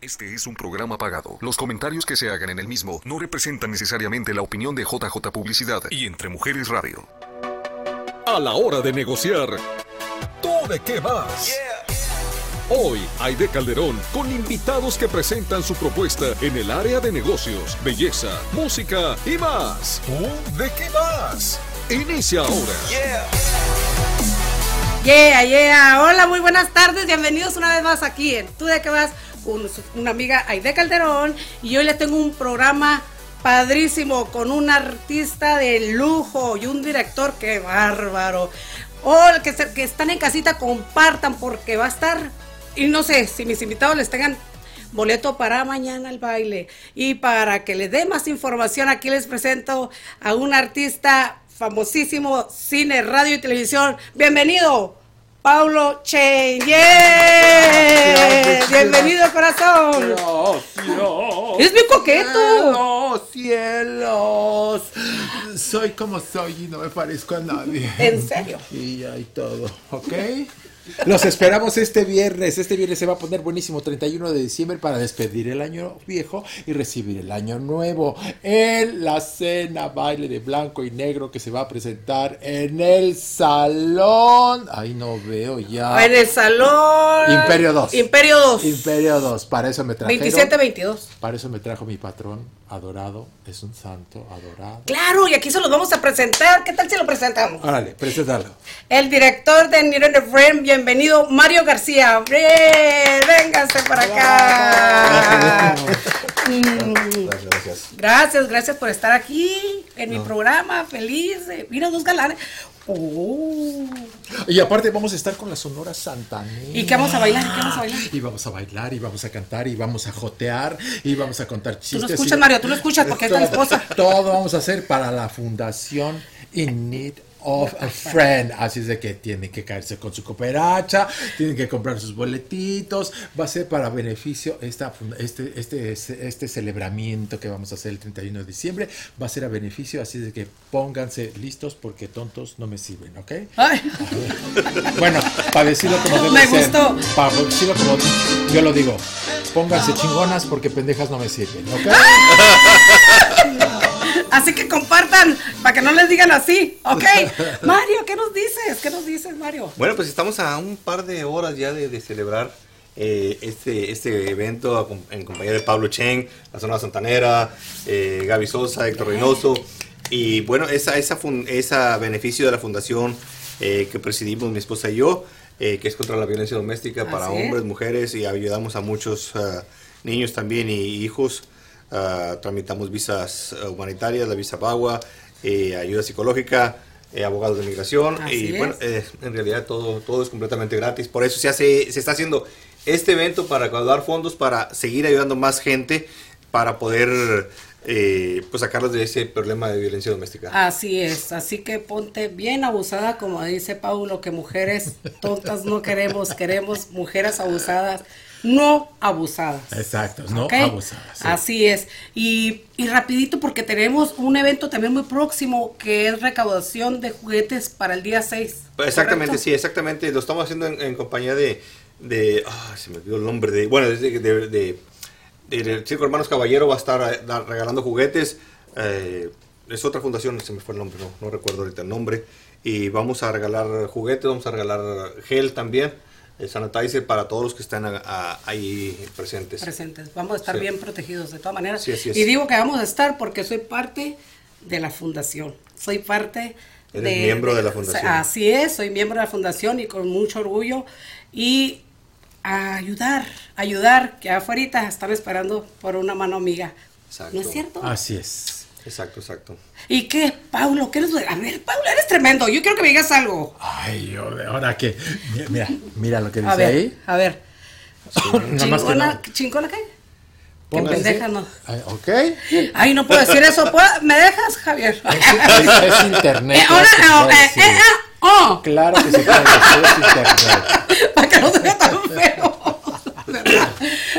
Este es un programa pagado. Los comentarios que se hagan en el mismo no representan necesariamente la opinión de JJ Publicidad y Entre Mujeres Radio. A la hora de negociar, ¿tú de qué vas? Hoy, Aide Calderón con invitados que presentan su propuesta en el área de negocios, belleza, música y más. ¿Tú de qué vas? Inicia ahora. Yeah, yeah. Hola, muy buenas tardes. Bienvenidos una vez más aquí en Tú de qué vas con su- una amiga Aide Calderón. Y hoy les tengo un programa padrísimo con un artista de lujo y un director que bárbaro. Oh, que, se- que están en casita, compartan porque va a estar. Y no sé si mis invitados les tengan boleto para mañana al baile. Y para que les dé más información, aquí les presento a un artista famosísimo, cine, radio y televisión. Bienvenido, Paulo Cheyenne. Bienvenido, corazón. ¡Cielos! Es mi coqueto. ¡Cielos! ¡Cielos! Soy como soy y no me parezco a nadie. En serio. Y hay todo, ¿ok? Los esperamos este viernes. Este viernes se va a poner buenísimo, 31 de diciembre, para despedir el año viejo y recibir el año nuevo. En la cena baile de blanco y negro que se va a presentar en el salón. Ay, no veo ya. En el salón. Ah. Imperio 2. Imperio 2. Imperio 2. Para eso me trajeron. 27-22. Para eso me trajo mi patrón adorado. Es un santo adorado. Claro, y aquí se los vamos a presentar. ¿Qué tal si lo presentamos? Órale, preséntalo. El director de Need and a Friend, bienvenido Mario García. Bien, vénganse para acá. Mm, Gracias. Gracias, gracias por estar aquí en mi programa. Feliz. eh, Mira, dos galanes. Oh, Y aparte vamos a estar con la Sonora Santanera. ¿Y qué vamos a bailar? ¿Qué vamos a bailar? Y vamos a bailar, y vamos a cantar, y vamos a jotear, y vamos a contar chistes. y- escuchas, Mario, tú no escuchas porque Todo- ahí está mi esposa. Todo vamos a hacer para la fundación In Need of a Friend. Así es de que tienen que caerse con su cooperacha, tienen que comprar sus boletitos. Va a ser para beneficio esta, fun- este, este, este celebramiento que vamos a hacer el 31 de diciembre. Va a ser a beneficio, así de que pónganse listos porque tontos no me sirven, ¿ok? Ay. Bueno, para decirlo como debe Me ser, gustó. Para decirlo como yo lo digo. Pónganse chingonas porque pendejas no me sirven, ¿ok? Así que compartan para que no les digan así, ¿ok? Mario, ¿qué nos dices? ¿Qué nos dices, Mario? Bueno, pues estamos a un par de horas ya de, de celebrar eh, este, este evento a com- en compañía de Pablo Chen, la zona Santanera, eh, Gaby Sosa, Héctor Reynoso. Y bueno, esa, esa, fun- esa beneficio de la fundación eh, que presidimos mi esposa y yo, eh, que es contra la violencia doméstica para Así es. hombres, mujeres y ayudamos a muchos ah, niños también y hijos. Ah, tramitamos visas ah, humanitarias, la visa PAGUA, eh, ayuda psicológica, eh, abogados de migración Así y es. bueno, eh, en realidad todo, todo es completamente gratis. Por eso se hace, se está haciendo este evento para recaudar fondos para seguir ayudando más gente para poder eh, pues sacarlos de ese problema de violencia doméstica. Así es, así que ponte bien abusada, como dice Paulo, que mujeres tontas no queremos, queremos mujeres abusadas, no abusadas. Exacto, no ¿ok? abusadas. sí. Así es. Y, y rapidito porque tenemos un evento también muy próximo que es recaudación de juguetes para el día 6. Pues Exactamente, ¿correcto? sí, exactamente. Lo estamos haciendo en, en compañía de. de ah, se me olvidó el nombre de. Bueno, es de, de, de- de- del Circo Hermanos Caballero va a estar eh, da- regalando juguetes. eh, es otra fundación, se me fue el nombre, no, no recuerdo ahorita el nombre. Y vamos a regalar juguetes, vamos a regalar gel también, el sanitizer para todos los que están a- a- ahí presentes. presentes. Vamos a estar Sí. bien protegidos de todas maneras. Sí, así es. Y digo que vamos a estar porque soy parte de la fundación. Soy parte Eres miembro de la fundación. Así es, soy miembro de la fundación y con mucho orgullo. Y a ayudar, ayudar, que afuera están esperando por una mano amiga. Exacto. ¿No es cierto? Así es. Exacto, exacto. ¿Y qué, Paulo? ¿Qué eres? A ver, Paulo, eres tremendo. Yo quiero que me digas algo. Ay, yo de ahora que. Mira, mira, mira lo que dice A ver, ahí. a ver. Nada más que ¿Chingona, nada. ¿Chingona qué? Que Póngase- pendeja no. Ay, ok. Ay, no puedo decir eso. ¿Puedo- ¿Me dejas, Javier? Es, es internet. Eh, ahora, claro que se ah, puede eh, decir. eh, ah, oh, Claro que se puede decir, es internet. para que no se vea tan feo. ¿Verdad?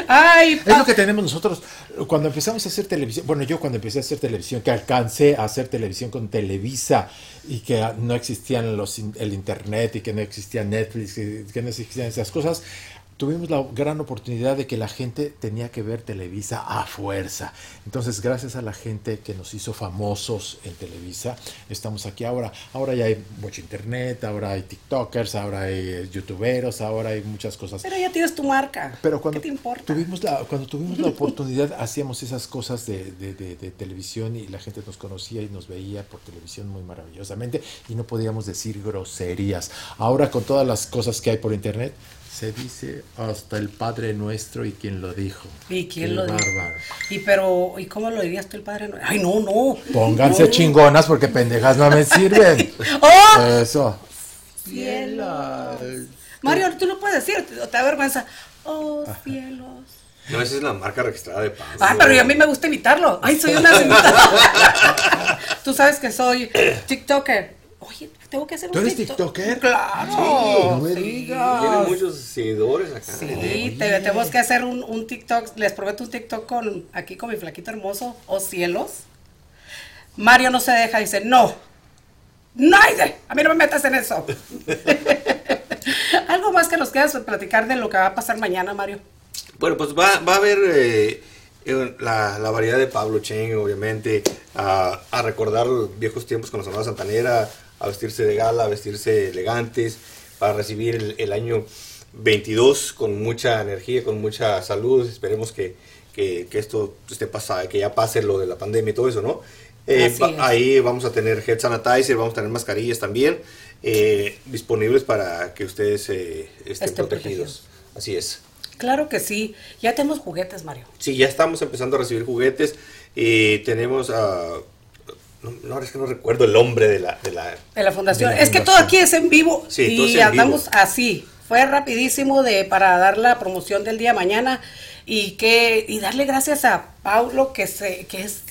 Ay, Es pa- lo que tenemos nosotros. Cuando empezamos a hacer televisión, bueno, yo cuando empecé a hacer televisión, que alcancé a hacer televisión con Televisa y que ah, no existían los, in- el internet y que no existía Netflix, y que no existían esas cosas, tuvimos la gran oportunidad de que la gente tenía que ver Televisa a fuerza. Entonces, gracias a la gente que nos hizo famosos en Televisa, estamos aquí ahora. Ahora ya hay mucho internet, ahora hay TikTokers, ahora hay eh, youtuberos, ahora hay muchas cosas. Pero ya tienes tu marca. Pero cuando ¿Qué te importa? tuvimos la, cuando tuvimos la oportunidad hacíamos esas cosas de, de- de- de televisión y la gente nos conocía y nos veía por televisión muy maravillosamente y no podíamos decir groserías. Ahora con todas las cosas que hay por internet se dice hasta el Padre Nuestro y quien lo dijo. ¿Y quién Qué lo dijo? bárbaro. Y pero, ¿y cómo lo dirías tú el padre? Ay, no, no. Pónganse No. chingonas porque pendejas no me sirven. ¡Oh! Eso. Cielos. Mario, tú no puedes decir, te te da vergüenza. Oh, cielos. No, esa es la marca registrada de Pablo. Ah, pero a mí me gusta imitarlo. Ay, soy una imitadora. Tú sabes que soy TikToker. Oye, tengo que hacer un ¿Tú eres TikTok- TikToker? Claro. No me sí. Tiene muchos seguidores acá. Sí, te- tenemos que hacer un, un TikTok. Les prometo un TikTok con aquí con mi flaquito hermoso. Oh cielos. Mario no se deja, dice, no. No, dice, a mí no me metas en eso. Algo más que nos quedas platicar de lo que va a pasar mañana, Mario. Bueno, pues va, va a haber eh, eh, la, la variedad de Pablo Chen, obviamente, a, a recordar los viejos tiempos con la Sonora Santanera, a vestirse de gala, a vestirse elegantes, para recibir el, el año 22 con mucha energía, con mucha salud. Esperemos que, que- que esto esté pasado, que ya pase lo de la pandemia y todo eso, ¿no? Eh, Así va- es. ahí vamos a tener head sanitizer, vamos a tener mascarillas también eh, disponibles para que ustedes eh, estén Estén protegidos. protegidos. Así es. Claro que sí. Ya tenemos juguetes, Mario. Sí, ya estamos empezando a recibir juguetes y tenemos a... No, no, es que no recuerdo el nombre de la... De la De la fundación. De la es que todo fundación. aquí es en vivo Sí, todo es y en andamos vivo. así. Fue rapidísimo de para dar la promoción del día de mañana y que y darle gracias a Paulo que se que es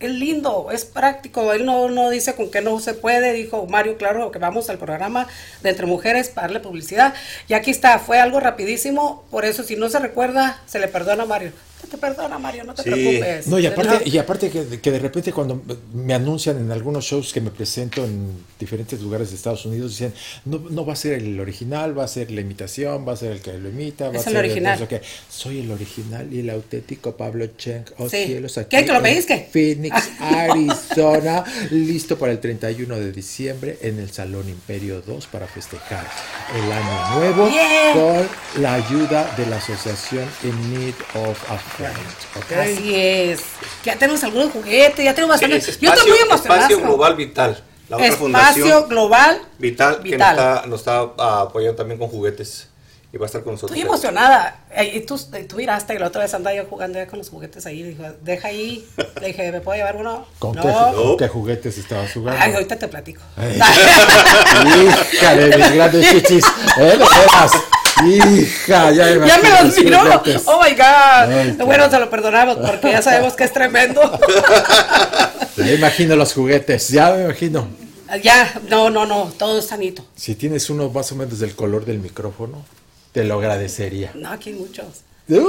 es lindo, es práctico, él no, no dice con que no se puede, dijo Mario, claro que vamos al programa de Entre Mujeres para darle publicidad. Y aquí está, fue algo rapidísimo, por eso si no se recuerda, se le perdona a Mario. No te perdona Mario, no te Sí. preocupes. No, y Pues, No. aparte, y aparte que, que de repente cuando me anuncian en algunos shows que me presento en diferentes lugares de Estados Unidos, dicen, no, no va a ser el original, va a ser la imitación, va a ser el que lo imita, va Es a el ser original. no sé qué. Soy el original y el auténtico Pablo Cheng. Oh, Sí. cielos, aquí ¿Qué? ¿Que lo en pediste? Phoenix, Ah, Arizona, listo para el 31 de diciembre en el Salón Imperio 2 para festejar el año nuevo Yeah. con la ayuda de la asociación In Need of a Friend. ¿ok? Así es. Ya tenemos algunos juguetes, ya tenemos Sí, bastante. es Yo estoy muy emocionada. Espacio Global Vital. La otra Espacio fundación Global Vital, que nos Vital. está, nos está, ah, apoyando también con juguetes y va a estar con nosotros. Estoy emocionada. Eh, Y tú, tú miraste que la otra vez andaba yo jugando ya con los juguetes ahí. Dijo, deja ahí. Le dije, ¿me puedo llevar uno? ¿Con, no. qué, con No. qué juguetes estabas jugando? Ay, ahorita te platico. Ay. Híjale, mis grandes chichis. ¿Eh? De veras. Hija, ya, ya me imagino los miró. juguetes. Oh my God. Ay, qué- bueno, se lo perdonamos porque ya sabemos que es tremendo. Ya imagino los juguetes, ya me imagino. ya, no, no, no. Todo es sanito. Si tienes uno más o menos del color del micrófono, te lo agradecería. No, aquí hay muchos. ¡Uy!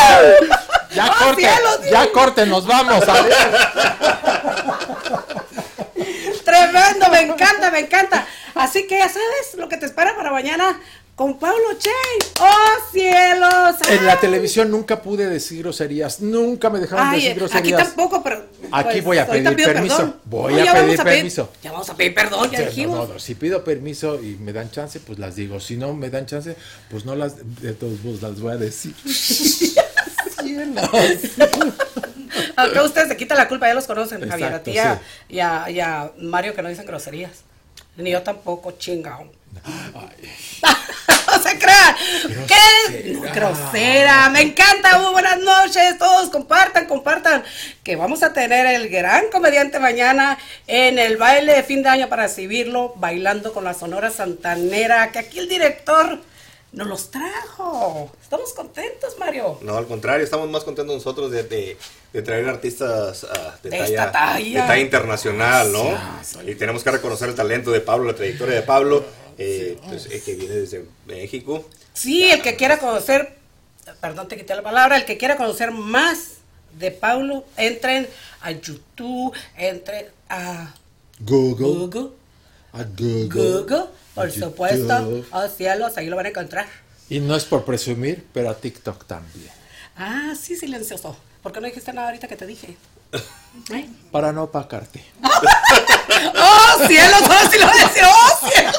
¡Ah, Ya corten, cielos, ya corten, nos vamos. A ver. Tremendo, me encanta, me encanta. Así que ya sabes lo que te espera para mañana con Pablo Che. ¡Oh, cielos! Ah. En la Ay. televisión nunca pude decir groserías, nunca me dejaron Ay, decir aquí groserías. tampoco, pero. pues, Aquí voy a ahorita pedir pido permiso. perdón. Voy No, a ya vamos pedir permiso. Ya vamos a pedir perdón, ya Sí, no, dijimos. no, no, Si pido permiso y me dan chance, pues las digo. Si no me dan chance, pues no las. De todos vos las voy a decir. Acá ustedes se quitan la culpa, ya los conocen, Javier. A Exacto, ti y a- y, a, y a Mario que no dicen groserías. Ni yo tampoco, chingao. no se crean. ¿Qué? No, Grosera. Me encanta. Muy buenas noches. Todos compartan, compartan. Que vamos a tener el gran comediante mañana en el baile de fin de año para recibirlo, bailando con la Sonora Santanera. Que aquí el director nos los trajo. Estamos contentos, Mario. No, al contrario, estamos más contentos nosotros de, de- de traer artistas ah, de, De esta talla, talla. ah, de talla internacional, ¿no? Y tenemos que reconocer el talento de Pablo, la trayectoria de Pablo, eh, pues, eh, que viene desde México. Sí, el que quiera conocer, perdón, te quité la palabra, el que quiera conocer más de Paulo, entren a YouTube, entren a Google. Google, A Google. Google, por a supuesto, YouTube. oh cielos, ahí lo van a encontrar. Y no es por presumir, pero a TikTok también. Ah, sí, silencioso. ¿Por qué no dijiste nada ahorita que te dije? ¿Eh? Para no opacarte. ¡Oh, cielo! Solo si lo decía. ¡Oh, cielo!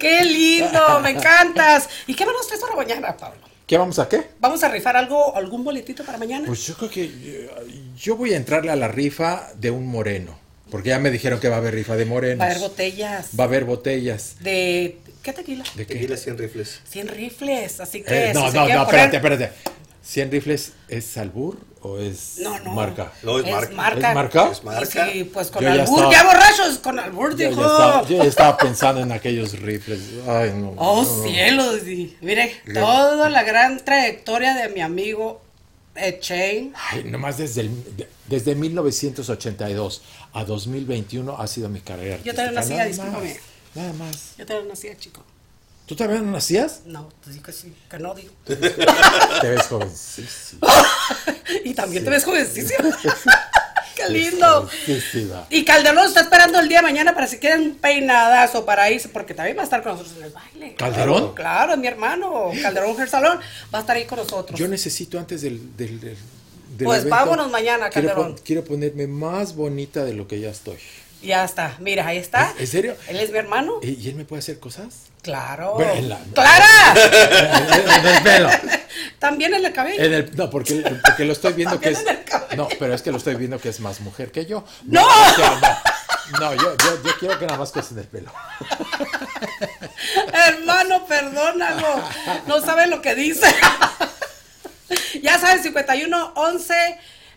¡Qué lindo! ¡Me encantas! ¿Y qué van ustedes para mañana, Pablo? ¿Qué vamos a qué? ¿Vamos a rifar algo, algún boletito para mañana? Pues yo creo que eh, yo voy a entrarle a la rifa de un moreno. Porque ya me dijeron que va a haber rifa de morenos. Va a haber botellas Va a haber botellas. de... ¿Qué tequila? ¿De qué? Tequila 100 rifles. 100 rifles, así que... Eh, si no, se no, quieren no, poner- espérate, espérate. ¿100 rifles es albur o es No, no. marca? No, es marca. ¿Es marca? Es marca. Y sí, pues con Yo ya albur, estaba- ya borrachos, con albur, Yo ya, dijo. estaba, yo ya estaba pensando en aquellos rifles. Ay, no. Oh, no. cielos, y mire, toda la gran trayectoria de mi amigo eh, Echein. Ay, nomás desde, el- de- desde 1982 a 2021 ha sido mi carrera. Yo también artística, nacía, nada discúlpame. más, Nada más. Yo también nacía chico. ¿Tú también no nacías? No, te digo que sí, que no digo. Te ves jovencísima. y también te ves jovencísimo. Qué lindo. Jovencísima. Y Calderón está esperando el día de mañana para si quieren un peinadazo para irse, porque también va a estar con nosotros en el baile. ¿Calderón? Claro, es mi hermano. Calderón Hair Salón va a estar ahí con nosotros. Yo necesito antes del. del, del- del Pues vámonos mañana, quiero, Calderón. pon- quiero ponerme más bonita de lo que ya estoy. Ya está, mira, ahí está. ¿En serio? Él es mi hermano. ¿Y, y él me puede hacer cosas? Claro. Bueno, en la- ¡Clara! en, en el pelo. También en el cabello. En el- no, porque, porque lo estoy viendo que es. También en el cabello. No, pero es que lo estoy viendo que es más mujer que yo. ¡No! yo- No, yo, yo, yo quiero que nada más cose en el pelo. Hermano, perdónalo. No sabe lo que dice. ya saben, 51, 11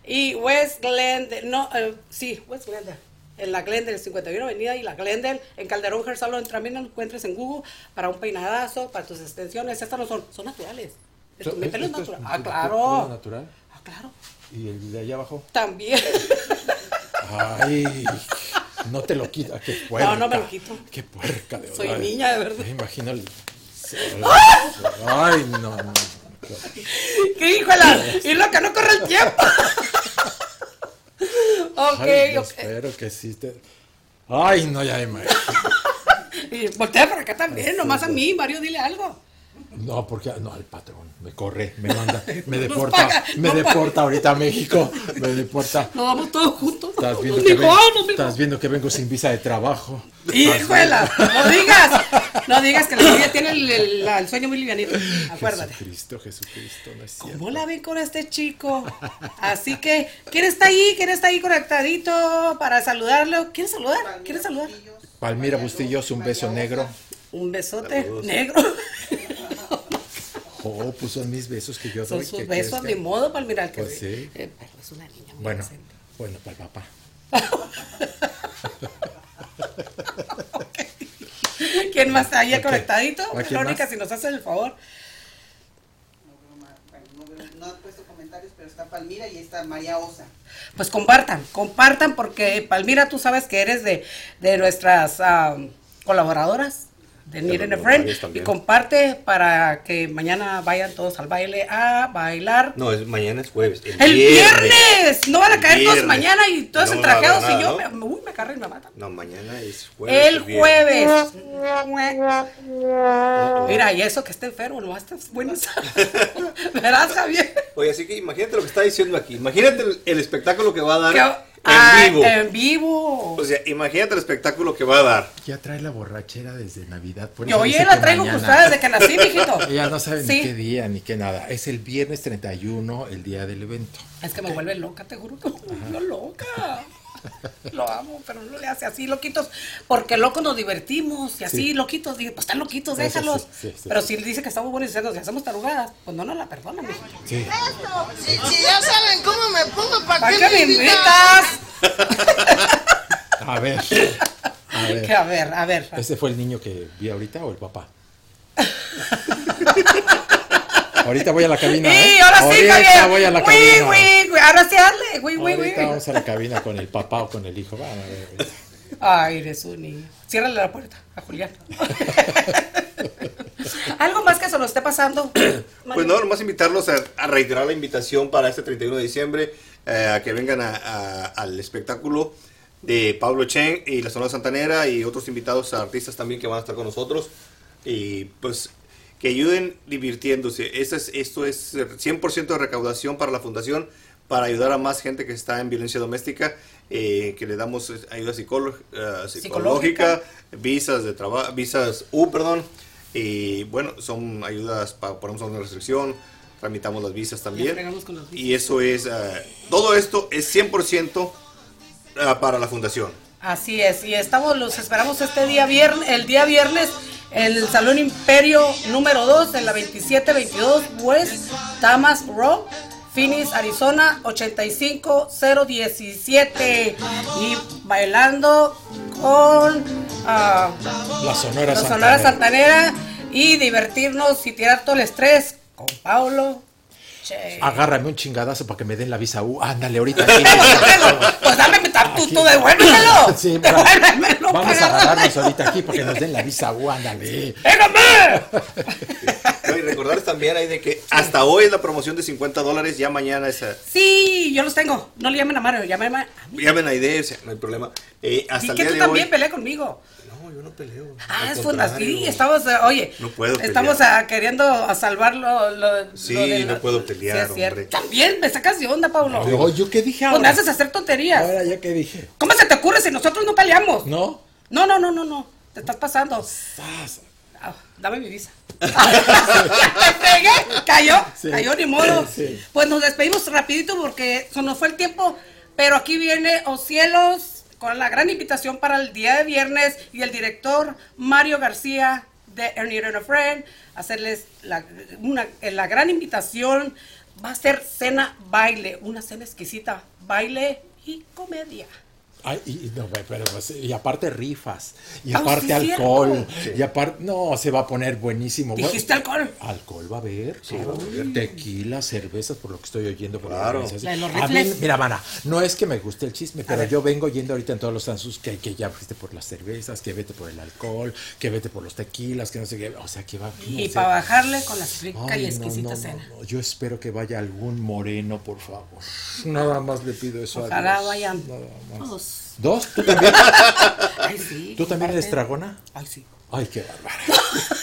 y West Glendale. No, eh, sí, West Glendale. En la Glendale, 51 Avenida y la Glendale, en Calderón Hair Salon. También lo encuentres en Google para un peinadazo, para tus extensiones. Estas no son, son naturales. Esto- Mi pelo es Esto natural. Ah, tu- tu pelo claro. natural. Ah, claro. Y el de allá abajo. También. Ay, no te lo quita. Qué puerca. No, no me lo quito. Qué puerca de Soy verdad. niña, de verdad. ¡Ah! Me imagino. el- Ay, no, no. ¿Qué hijo de la? Y lo que no corre el tiempo. ok, Ay, yo ok. espero que sí te. Ay, no, ya me imagino. Y voltea para acá también, nomás a mí, Mario, dile algo. No, porque no, el patrón me corre, me manda, me Nos deporta, paga, me no paga. deporta ahorita a México, me deporta. Nos vamos todos juntos. Estás viendo, Nos que dijo, vengo, "Ah, nos dijo". estás viendo que vengo sin visa de trabajo. Híjole, no digas, no digas que la niña tiene el, el- la- el sueño muy livianito, acuérdate. Jesucristo, Jesucristo, no es cierto. ¿Cómo la ven con este chico? Así que, ¿quién está ahí? ¿Quién está ahí conectadito para saludarlo? ¿Quieres saludar? ¿Quieres saludar? Palmira Bustillos, un beso negro. Un besote Saludos. negro. Oh, pues son mis besos que yo Son doy. sus ¿qué besos, quieres ni que- modo, Palmiral. Que Pues sí. eh, pero es una niña muy Bueno, inocente. bueno, para el papá. ¿Quién más está ahí Ok. conectadito? ¿A quién Verónica, más? si nos haces el favor. No, veo- no ha puesto comentarios, pero está Palmira y está María Osa. Pues compartan, compartan, porque Palmira, tú sabes que eres de, de nuestras am, colaboradoras de Need and a los bailes Friend. Y también. comparte para que mañana vayan todos al baile a bailar. No, es, mañana es jueves. ¡El viernes! No van a El caer todos viernes. mañana y todos No en va a haber trajeados nada, y ¿no? yo me, uy, me agarro y me matan. No, mañana es jueves. El bien. jueves. Oh, Mira, y eso que está enfermo, no estás bueno. Verás, Javier. Oye, así que imagínate lo que está diciendo aquí. Imagínate el, el espectáculo que va a dar Que- en ah, vivo. En vivo. Pues, O sea, imagínate el espectáculo que va a dar. Ya trae la borrachera desde Navidad. pues, por Yo eso ya dice la que traigo mañana- gustada desde que nací, mijito. Ella no sabe Sí. ni qué día ni qué nada. Es el viernes 31, el día del evento. Es que me vuelve loca, te juro que me vuelve loca. Lo amo, pero no le hace así, loquitos. Porque loco nos divertimos y así, Sí. loquitos. Dije, pues están loquitos, Eso sí, déjalos. sí, sí. pero si él dice que estamos buenos y se nos y hacemos tarugadas, pues no nos la perdona, mijito. Sí. Si, si ya saben cómo me pongo, ¿para ¿Para Pues qué, qué me invitan? invitas? A ver. A Que ver. a ver, a ver. ¿Ese fue el niño que vi ahorita o el papá? ahorita voy a la cabina. ¿eh? Sí, ahora sí, ahorita Javier. voy a la Uy, cabina. uy, uy, Ahora sí, hazle. Uy, uy, uy. ahorita vamos a la cabina con el papá o con el hijo. Van a ver ahorita. Ay, eres un niño. Ciérrale la puerta a Julián. Algo más que se nos esté pasando. Pues no, nomás invitarlos a, a reiterar la invitación para este 31 de diciembre, eh, a que vengan a- a- al espectáculo de Pablo Chen y la Sonora Santanera y otros invitados artistas también que van a estar con nosotros. Y pues que ayuden divirtiéndose. Esto es, esto es eh, 100% de recaudación para la fundación, para ayudar a más gente que está en violencia doméstica, eh, que le damos eh, ayuda psicolo- eh, psicológica, Psicológica. visas de trabajo, visas U, perdón, y bueno, son ayudas para ponemos una restricción, tramitamos las visas también. fregamos con las visas. Y eso es, eh, todo esto es 100% ah, para la fundación. Así es, y estamos, los esperamos este día viernes, el día viernes en el Salón Imperio número 2, en la 2722 West Tamas Road, Phoenix, Arizona, 85017. Y bailando con ah, La Sonora Santanera. la Sonora Santanera y divertirnos y tirar todo el estrés con Paulo. Che. Agárrame un chingadazo para que me den la visa U. Ándale, ahorita. Pues dame tú, tú devuélvemelo. pues. Sí, para- Vamos a agarrarnos ahorita aquí para que nos den la visa U. Ándale. Y recordarles también ahí de que hasta hoy es la promoción de 50 dólares, ya mañana es... eh, Sí, yo los tengo. No le llamen a Mario, llamen a... Llamen a ID, o sea, no hay problema. Eh, hasta Y el que día tú de también hoy. pelea conmigo. No, yo no peleo. Ah, Al es contrario. así. Estamos, eh, oye, No puedo pelear. estamos ah, queriendo a salvar lo, lo- Sí, lo de no la- puedo Sí, es pelear, cierto. hombre. También me sacas de onda, Pablo. Yo, ¿yo qué dije Pues me ahora? haces hacer tonterías. Ahora, ¿yo qué dije? ¿Cómo se te ocurre si nosotros no peleamos? ¿No? No, no, no, no, no. Te estás pasando. Ah, dame mi visa. ¡Te pegué! Cayó, Sí. cayó ni modo. Sí. Pues nos despedimos rapidito porque se nos fue el tiempo. Pero aquí viene Ocielos con la gran invitación para el día de viernes y el director Mario García de Ernie and a Friend hacerles la, una- eh, la gran invitación. Va a ser cena baile, una cena exquisita, baile y comedia. Ay, y, y no, pe- pero, pues, y aparte rifas, y Ah, aparte sí, cierto. alcohol, y aparte, no, se va a poner buenísimo. Bueno, ¿Dijiste alcohol? Alcohol va a haber, claro, tequila, cervezas, por lo que estoy oyendo. Por la Claro. organización. La de los a mí, rifles. mira, Mana, no es que me guste el chisme, pero yo vengo yendo ahorita en todos los tanzos que, que ya fuiste por las cervezas, que vete por el alcohol, que vete por los tequilas, que no sé qué. O sea, que va. Y no sé. para bajarle con la rica Ay, y no, no, exquisita no, cena. no. Yo espero que vaya algún moreno, por favor. Nada más le pido eso a Ojalá Dios. vayan Nada más. todos. ¿Dos? ¿Tú también? Ay, sí. ¿Tú también eres Aparte- dragona? Ay, sí. Ay, qué bárbara.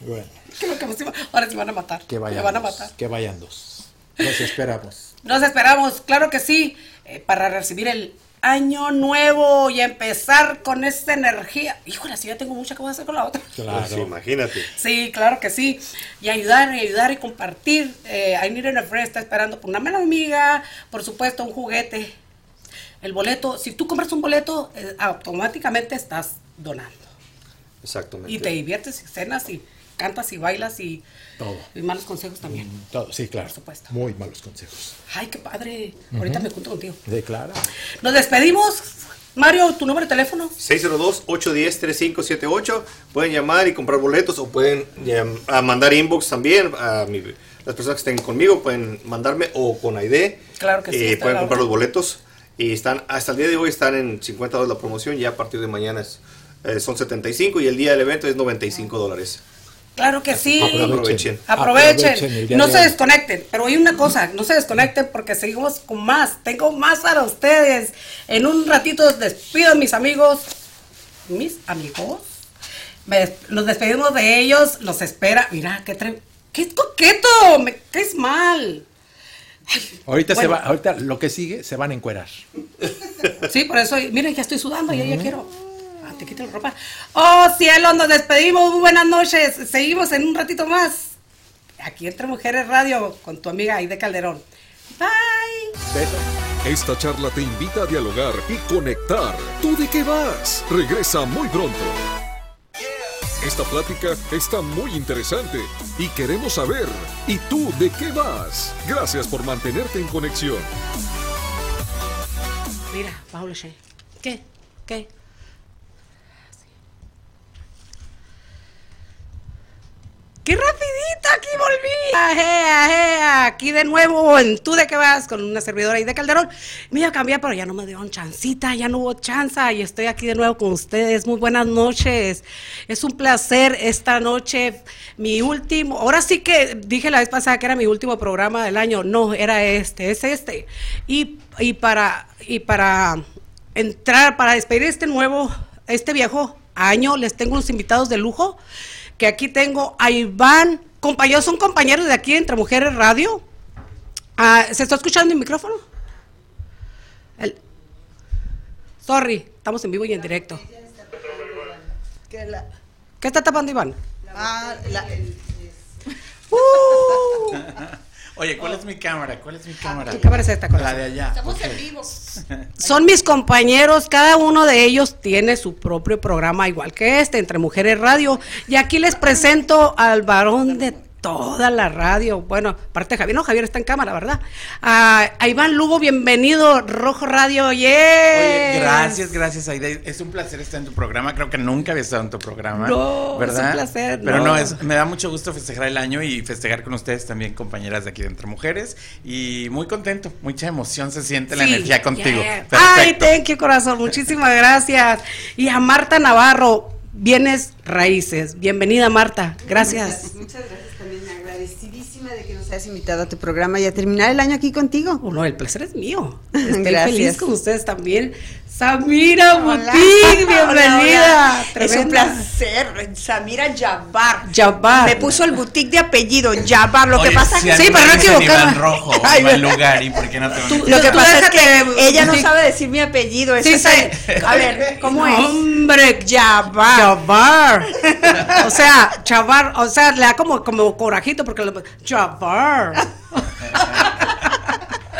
Bueno, Creo que nos iba- ahora sí van a matar. que vayan Me van a dos, matar. Que vayan dos. Nos esperamos. Nos esperamos, claro que sí, eh, para recibir el año nuevo y empezar con esta energía. Híjole, si ya tengo mucha, ¿qué voy a hacer con la otra? Pues imagínate. Sí, claro que sí. Y ayudar, y ayudar y compartir. Eh, I Need a Friend está esperando por una mano amiga, por supuesto, un juguete. El boleto, si tú compras un boleto, eh, automáticamente estás donando. Exactamente. Y te diviertes y cenas y cantas y bailas y, Todo. y malos consejos también. Todo, sí, claro. Por supuesto. Muy malos consejos. Ay, qué padre. Ahorita me junto contigo. Declara. Nos despedimos. Mario, tu número de teléfono. 602-810-3578. Pueden llamar y comprar boletos o pueden llam- a mandar inbox también. A mi- las personas que estén conmigo pueden mandarme o con ID. Claro que sí, Eh, está pueden la comprar los orden. boletos. Y están hasta el día de hoy están en 50 dólares la promoción. Ya a partir de mañana es, eh, son 75 y el día del evento es 95 dólares. Claro que sí. Aprovechen. Aprovechen. Aprovechen el día no de se hoy. desconecten. Pero hay una cosa, no se desconecten porque seguimos con más. Tengo más para ustedes. En un ratito despido a mis amigos. Mis amigos. Me des- nos despedimos de ellos. Los espera. Mira, qué tre... ¡Qué coqueto! Me caes mal. Ahorita se Bueno. va, ahorita lo que sigue se van a encuerar. Sí, por eso, miren, ya estoy sudando, ya, ya quiero. Ah, te quito la ropa. Oh, cielo, nos despedimos. Muy buenas noches. Seguimos en un ratito más. Aquí entre Mujeres Radio con tu amiga Aide Calderón. Bye. Esta charla te invita a dialogar y conectar. ¿Tú de qué vas? Regresa muy pronto. Esta plática está muy interesante y queremos saber, ¿y tú de qué vas? Gracias por mantenerte en conexión. Mira, Paula Shea. ¿Qué? ¿Qué? ¡Qué rapidito! ¡Aquí volví! Ajé, ajé, Aquí de nuevo en Tú de qué vas con una servidora ahí de Calderón. Me iba a cambiar, pero ya no me dieron chancita, ya no hubo chanza y estoy aquí de nuevo con ustedes. Muy buenas noches. Es un placer esta noche, mi último. Ahora sí que dije la vez pasada que era mi último programa del año. No, era este, es este. Y, y para, y para entrar, para despedir este nuevo, este viejo año, les tengo unos invitados de lujo que aquí tengo a Iván. Compañeros, son compañeros de aquí entre Mujeres Radio. Ah, ¿Se está escuchando el micrófono? El- Sorry, estamos en vivo y en directo. Que la- ¿Qué está tapando Iván? ah, la- Uh, Oye, ¿cuál es mi cámara? ¿Cuál es mi cámara? Ah, tu cámara es esta, corazón. La de allá. Estamos en Ok. vivo. son mis compañeros, cada uno de ellos tiene su propio programa igual que este, Entre Mujeres Radio. Y aquí les presento al varón de toda la radio. Bueno, aparte de Javier, no, Javier está en cámara, ¿verdad? Ah, a Iván Lugo, bienvenido, Rojo Radio, yeah. Oye, gracias, gracias, Aide. Es un placer estar en tu programa. Creo que nunca había estado en tu programa. No, ¿verdad? es un placer, Pero no. no, es, me da mucho gusto festejar el año y festejar con ustedes también, compañeras de aquí de Entre Mujeres. Y muy contento, mucha emoción se siente la Sí, energía contigo. yeah. Perfecto. Ay, thank you, corazón. Muchísimas gracias. Y a Marta Navarro, Bienes Raíces. Bienvenida, Marta. Gracias. Muchas gracias también, agradecidísima de que nos hayas invitado a tu programa y a terminar el año aquí contigo. Oh, no, el placer es mío. Estoy Gracias. feliz con ustedes también. Samira Hola. Butik, Hola, bienvenida. hola. Es un Tremenda. placer, Samira Yabar. Jabbar. Me puso el boutique de apellido, Yabar. Lo Oye, que pasa si que. sí, alguien pero no dice en equivocarme. Iván Rojo, Ay, Iván Lugari, ¿por qué no te van a Tú- Lo que tú pasa es déjate- que ella no sí. sabe decir mi apellido. es Sí, esa- sí. A ver, ¿cómo No, es? Hombre, Jabbar. Jabbar. o sea, Jabbar, o sea, le da como, como corajito porque lo. Jabbar.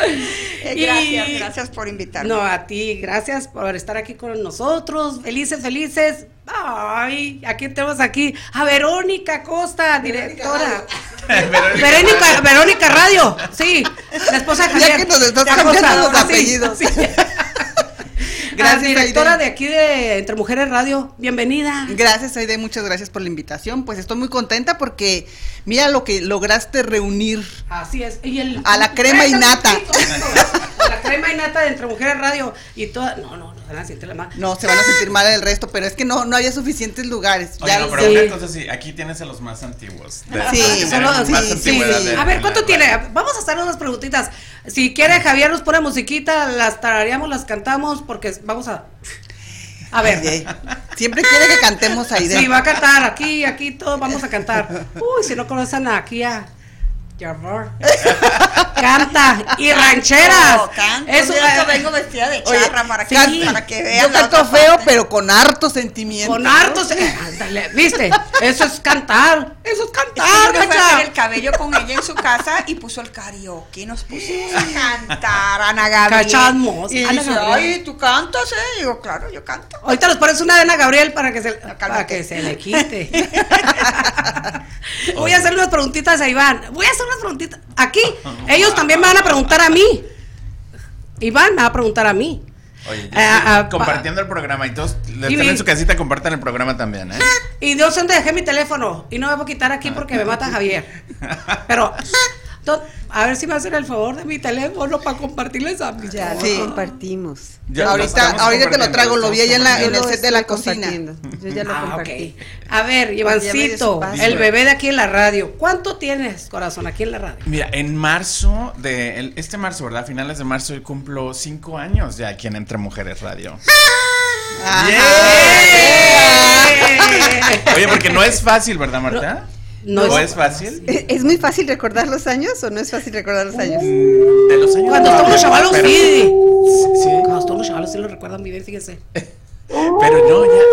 Eh, Y- Gracias, gracias por invitarme. No, a ti, gracias por estar aquí con nosotros. Felices, felices. Ay, aquí tenemos aquí a Verónica Costa, directora. ah. Verónica. Verónica, Verónica Radio, sí, la esposa de Ya que Javier. nos estás La cambiando Costa, los ahora sí, apellidos. sí. Gracias, Ah, directora Aide. de aquí de Entre Mujeres Radio, bienvenida. Gracias, Aide, muchas gracias por la invitación. Pues estoy muy contenta porque mira lo que lograste reunir. Así es. Y el- A la crema y nata. A la crema y nata de Entre Mujeres Radio y toda, no, no, no, van a sentir la ma- No, se van a sentir mal el resto, pero es que no, no había suficientes lugares. Oye, Ya- no, pero sí. una cosa sí, aquí tienes a los más antiguos. De- Sí, los que tienen solo- más sí, antigüedad sí. de- A de ver, la ¿cuánto radio. tiene? Vamos a hacer unas preguntitas. Si quiere, Javier nos pone musiquita, las tarareamos, las cantamos, porque vamos a. A ver. Aide, Siempre quiere que cantemos Aide. Sí, va a cantar aquí, aquí, todos vamos a cantar. Uy, si no conocen aquí a. Jabbar. Canta y rancheras. No, canto, Eso, mira que eh, vengo vestida de Oye, charra para, que, sí. para que vean. Yo la canto otra feo, parte. pero con harto sentimiento. Con hartos. eh, ándale, ¿viste? Eso es cantar. Eso Es es que yo cantar, me fui a gacha. hacer el cabello con ella en su casa y puso el karaoke. Nos pusimos a cantar, Ana Gabriel. Cacha hermosa, Y Ana dice, Gabriel. ay, ¿tú cantas, eh? Y digo, claro, yo canto. Ahorita nos pones una de Ana Gabriel para que se, No, cálmate. para que se le quite. Voy a hacer unas preguntitas a Iván. Voy a hacer unas preguntitas. Aquí, ellos también me van a preguntar a mí. Iván me va a preguntar a mí. Oye, Ah, ya ah, estoy pa- compartiendo el programa y todos los que Y están mi- Ah, en su casita compartan el programa también, ¿eh? Y Dios dónde dejé mi teléfono. Y no me voy a quitar aquí porque me mata Javier. Pero, do- a ver si me hacen el favor de mi teléfono para compartirles a mí. Ya Sí. lo compartimos. Ya lo ahorita estamos ahorita te lo compartiendo, traigo, lo vi allá en, la- estamos en el set de la cocina. compartiendo. Yo ya Ah, ok. A ver, Ivancito, Ya me dio su el bebé de aquí en la radio. ¿Cuánto tienes, corazón, aquí en la radio? Mira, en marzo de el- este marzo, ¿verdad? Finales de marzo yo cumplo cinco años ya aquí en Entre Mujeres Radio. Ah, Yeah. Oye, porque no es fácil, ¿verdad, Marta? No, No, no es es, fácil. ¿Es, es muy fácil recordar los años o no es fácil recordar los años? De los años. Cuando estamos chavalos, Pero- sí. Sí, Cuando estamos chavalos, sí lo recuerdan bien, fíjense. pero no, ya,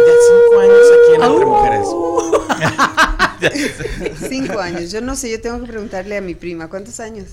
ya cinco años aquí en Entre Mujeres. Cinco años. Yo no sé, yo tengo que preguntarle a mi prima, ¿cuántos años?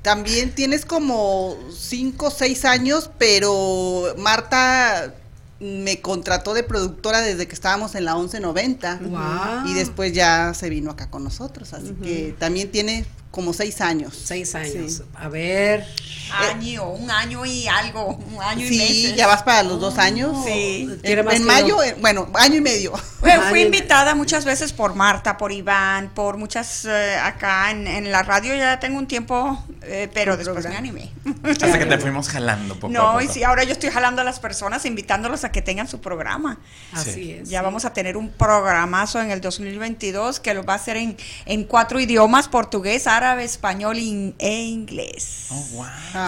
También tienes como cinco o seis años, pero Marta me contrató de productora desde que estábamos en la 1190 Guau. y después ya se vino acá con nosotros, así que también tiene como seis años. Seis años. A ver. Año, un año y algo, un año y Sí, meses. ya vas para los dos años. Sí. Tiene En, más en que mayo, yo. eh, bueno, año y medio. Bueno, fui Ay, invitada muchas veces por Marta, por Iván, por muchas eh, acá en, en la radio. Ya tengo un tiempo, eh, pero después me animé. Hasta que te fuimos jalando poco a No, y poco. sí, ahora yo estoy jalando a las personas, invitándolos a que tengan su programa. Así Sí. es. Ya vamos a tener un programazo en el 2022 que lo va a hacer en, en cuatro idiomas, portugués, árabe, español in- e inglés. Oh, wow.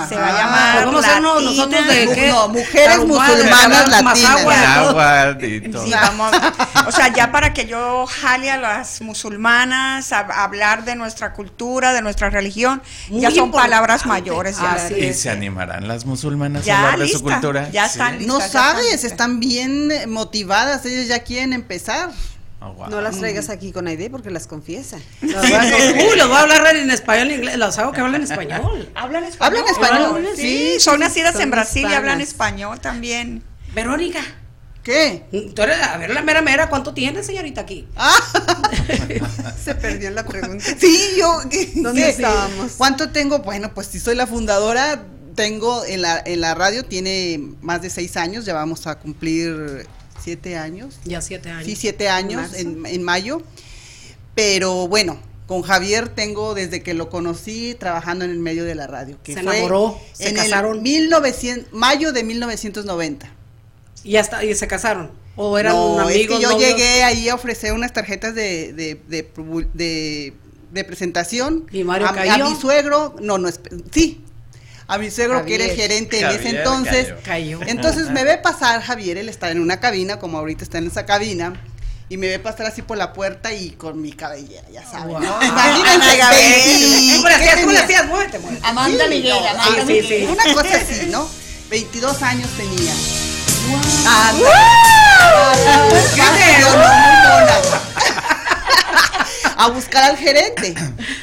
Se va a llamar Pues vamos a hacernos Latina. nosotros de qué? No, mujeres musulmanas Mazahua, latinas. todo. Náhuatl y todo. Sí, vamos. O sea, ya para que yo jale a las musulmanas a, a hablar de nuestra cultura, de nuestra religión, Muy ya son importante. palabras mayores. Ya. y se animarán las musulmanas Ya a hablar de su lista, cultura. ya Sí. están listas, No ya sabes, están bien eh, motivadas, ellas ya quieren empezar. Oh, wow. No las traigas aquí con Aide porque las confiesa. Uy, los voy a hablar en español, en inglés. Los hago que hablen español. Hablan Hablan español, sí, sí, son sí, nacidas son en Brasil y hablan hispanas. español también. Verónica. ¿Qué? Tú eres, a ver, la mera mera, ¿cuánto tiene, señorita, aquí? Ah, Se perdió la pregunta. Sí, yo. ¿qué- ¿Dónde qué? estábamos? ¿Cuánto tengo? Bueno, pues si soy la fundadora, tengo en la, en la radio, tiene más de seis años, ya vamos a cumplir siete años. Ya siete años. Sí, siete años Marzo. en, en mayo. Pero bueno, con Javier tengo desde que lo conocí trabajando en el medio de la radio. que Se fue enamoró, se en casaron. El 1900, mayo de 1990. Y hasta, y se casaron. O eran No, es que amigos. yo novios? llegué ahí a ofrecer unas tarjetas de, de, de, probu- de- de presentación. Y Mario a, cayó. a mi suegro, no, no, esp- sí. A mi suegro que era el Javier. gerente en ese Javier entonces. cayó. Cayó. Entonces me ve pasar Javier, él está en una cabina, como ahorita está en esa cabina. Y me ve pasar así por la puerta y con mi cabellera, ya sabes, ¿no? Imagínense, Ay, ¿Cómo le hacías? ¿Cómo le tenía? hacías? Muévete, muévete. Amanda Miguel, Amanda sí, Miguel. sí. Una cosa así, ¿no? 22 años tenía. Ah, ¿Qué Más es eso? yo, no, muy mona. A buscar al gerente.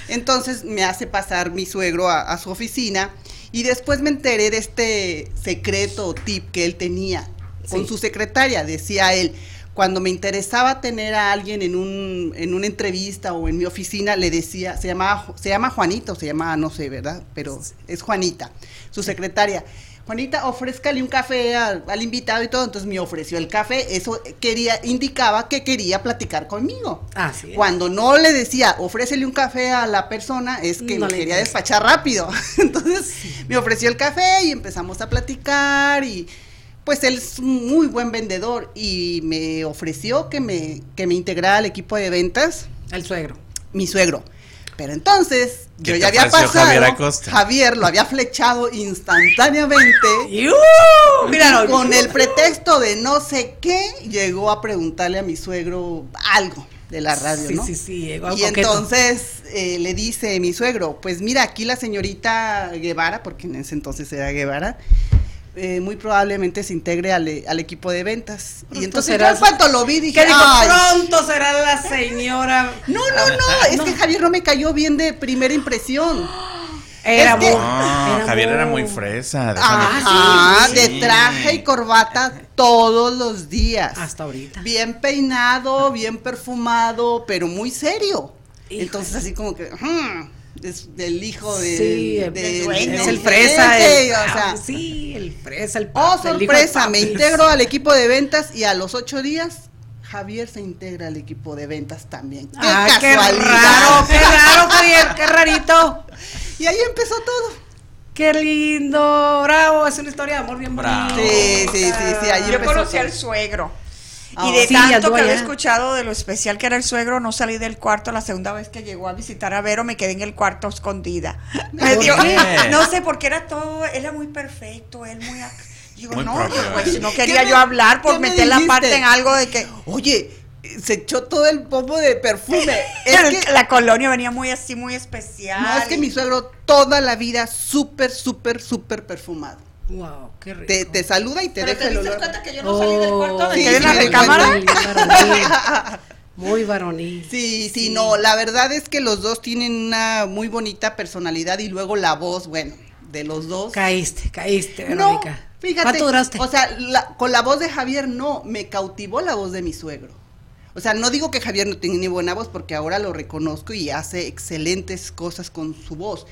Entonces me hace pasar mi suegro a, a su oficina y después me enteré de este secreto o tip que él tenía con Sí. su secretaria. Decía él, cuando me interesaba tener a alguien en, un, en una entrevista o en mi oficina, le decía, se, llamaba, Ju- se llama Juanito, se llama, no sé, ¿verdad? Pero es Juanita, su secretaria. Juanita, ofrézcale un café al, al invitado y todo. Entonces me ofreció el café. Eso quería, indicaba que quería platicar conmigo. Así es. Cuando no le decía, ofrécele un café a la persona, es que No lo le quería interesa. despachar rápido. Entonces me ofreció el café y empezamos a platicar y pues él es un muy buen vendedor y me ofreció que me, que me integrara al equipo de ventas, El suegro. mi suegro. Pero entonces ¿Qué yo te ya había ofreció pasado, Javier Acosta? Javier lo había flechado instantáneamente. ¡Yu! Y uh, Míralo. con el pretexto de no sé qué, llegó a preguntarle a mi suegro algo de la radio, Sí, ¿no? sí, sí. llegó Y coqueto. entonces eh, le dice mi suegro, pues mira, aquí la señorita Guevara, porque en ese entonces era Guevara, eh, muy probablemente se integre al, e- al equipo de ventas. Pronto y entonces yo serás- en cuanto lo vi dije, ¿Qué dijo? Ah, "Ay, Pronto será la señora. no, no, no, es que Javier no me cayó bien de primera impresión. Era es que- No, muy- era Ah, Javier era muy- muy fresa. déjame Ah, Ajá, decirte. ah, de traje y corbata todos los días. Hasta ahorita. Bien peinado, bien perfumado, pero muy serio. Híjole. Entonces así como que, "Ujú, es del hijo de, Sí, el- del- es del el fresa. gerente", el- Ah, o sea, sí, el fresa, el oh el hijo de sorpresa, me papi. integro al equipo de ventas y a los ocho días Javier se integra al equipo de ventas también. ¡Qué Ay, Ah, qué casualidad! raro, qué raro, Javier, qué rarito. Y ahí empezó todo. Qué lindo, bravo, es una historia de amor bien Bravo. bonita. Sí, sí, sí, sí, ahí Yo empezó conocí todo. al suegro. Ah, y de sí, tanto anduvo que había allá. escuchado de lo especial que era el suegro, no salí del cuarto. La segunda vez que llegó a visitar a Vero, me quedé en el cuarto escondida. Me ¿Por dio- qué? no sé, porque era todo, era muy perfecto, él muy... ac- Digo, Muy no, propio, pues, ¿eh? no ¿Qué quería me- yo hablar por qué me meter la dijiste? parte en algo de que... Oye, se echó todo el pomo de perfume. Es pero que, la colonia venía muy así, muy especial. no, es que mi suegro toda la vida súper, súper, súper perfumado. Wow, qué rico. Oh, Te, te saluda y te Pero deja te el diste olor. cuenta que yo no salí del cuarto, me sí, quedé en la sí, recámara. Muy varonil. Muy varonil. Sí, sí, no, la verdad es que los dos tienen una muy bonita personalidad y luego la voz, bueno, de los dos. Caíste, caíste, No, Verónica. fíjate. ¿Cuánto duraste? O sea, la- con la voz de Javier no, me cautivó la voz de mi suegro. O sea, no digo que Javier no tiene ni buena voz porque ahora lo reconozco y hace excelentes cosas con su voz.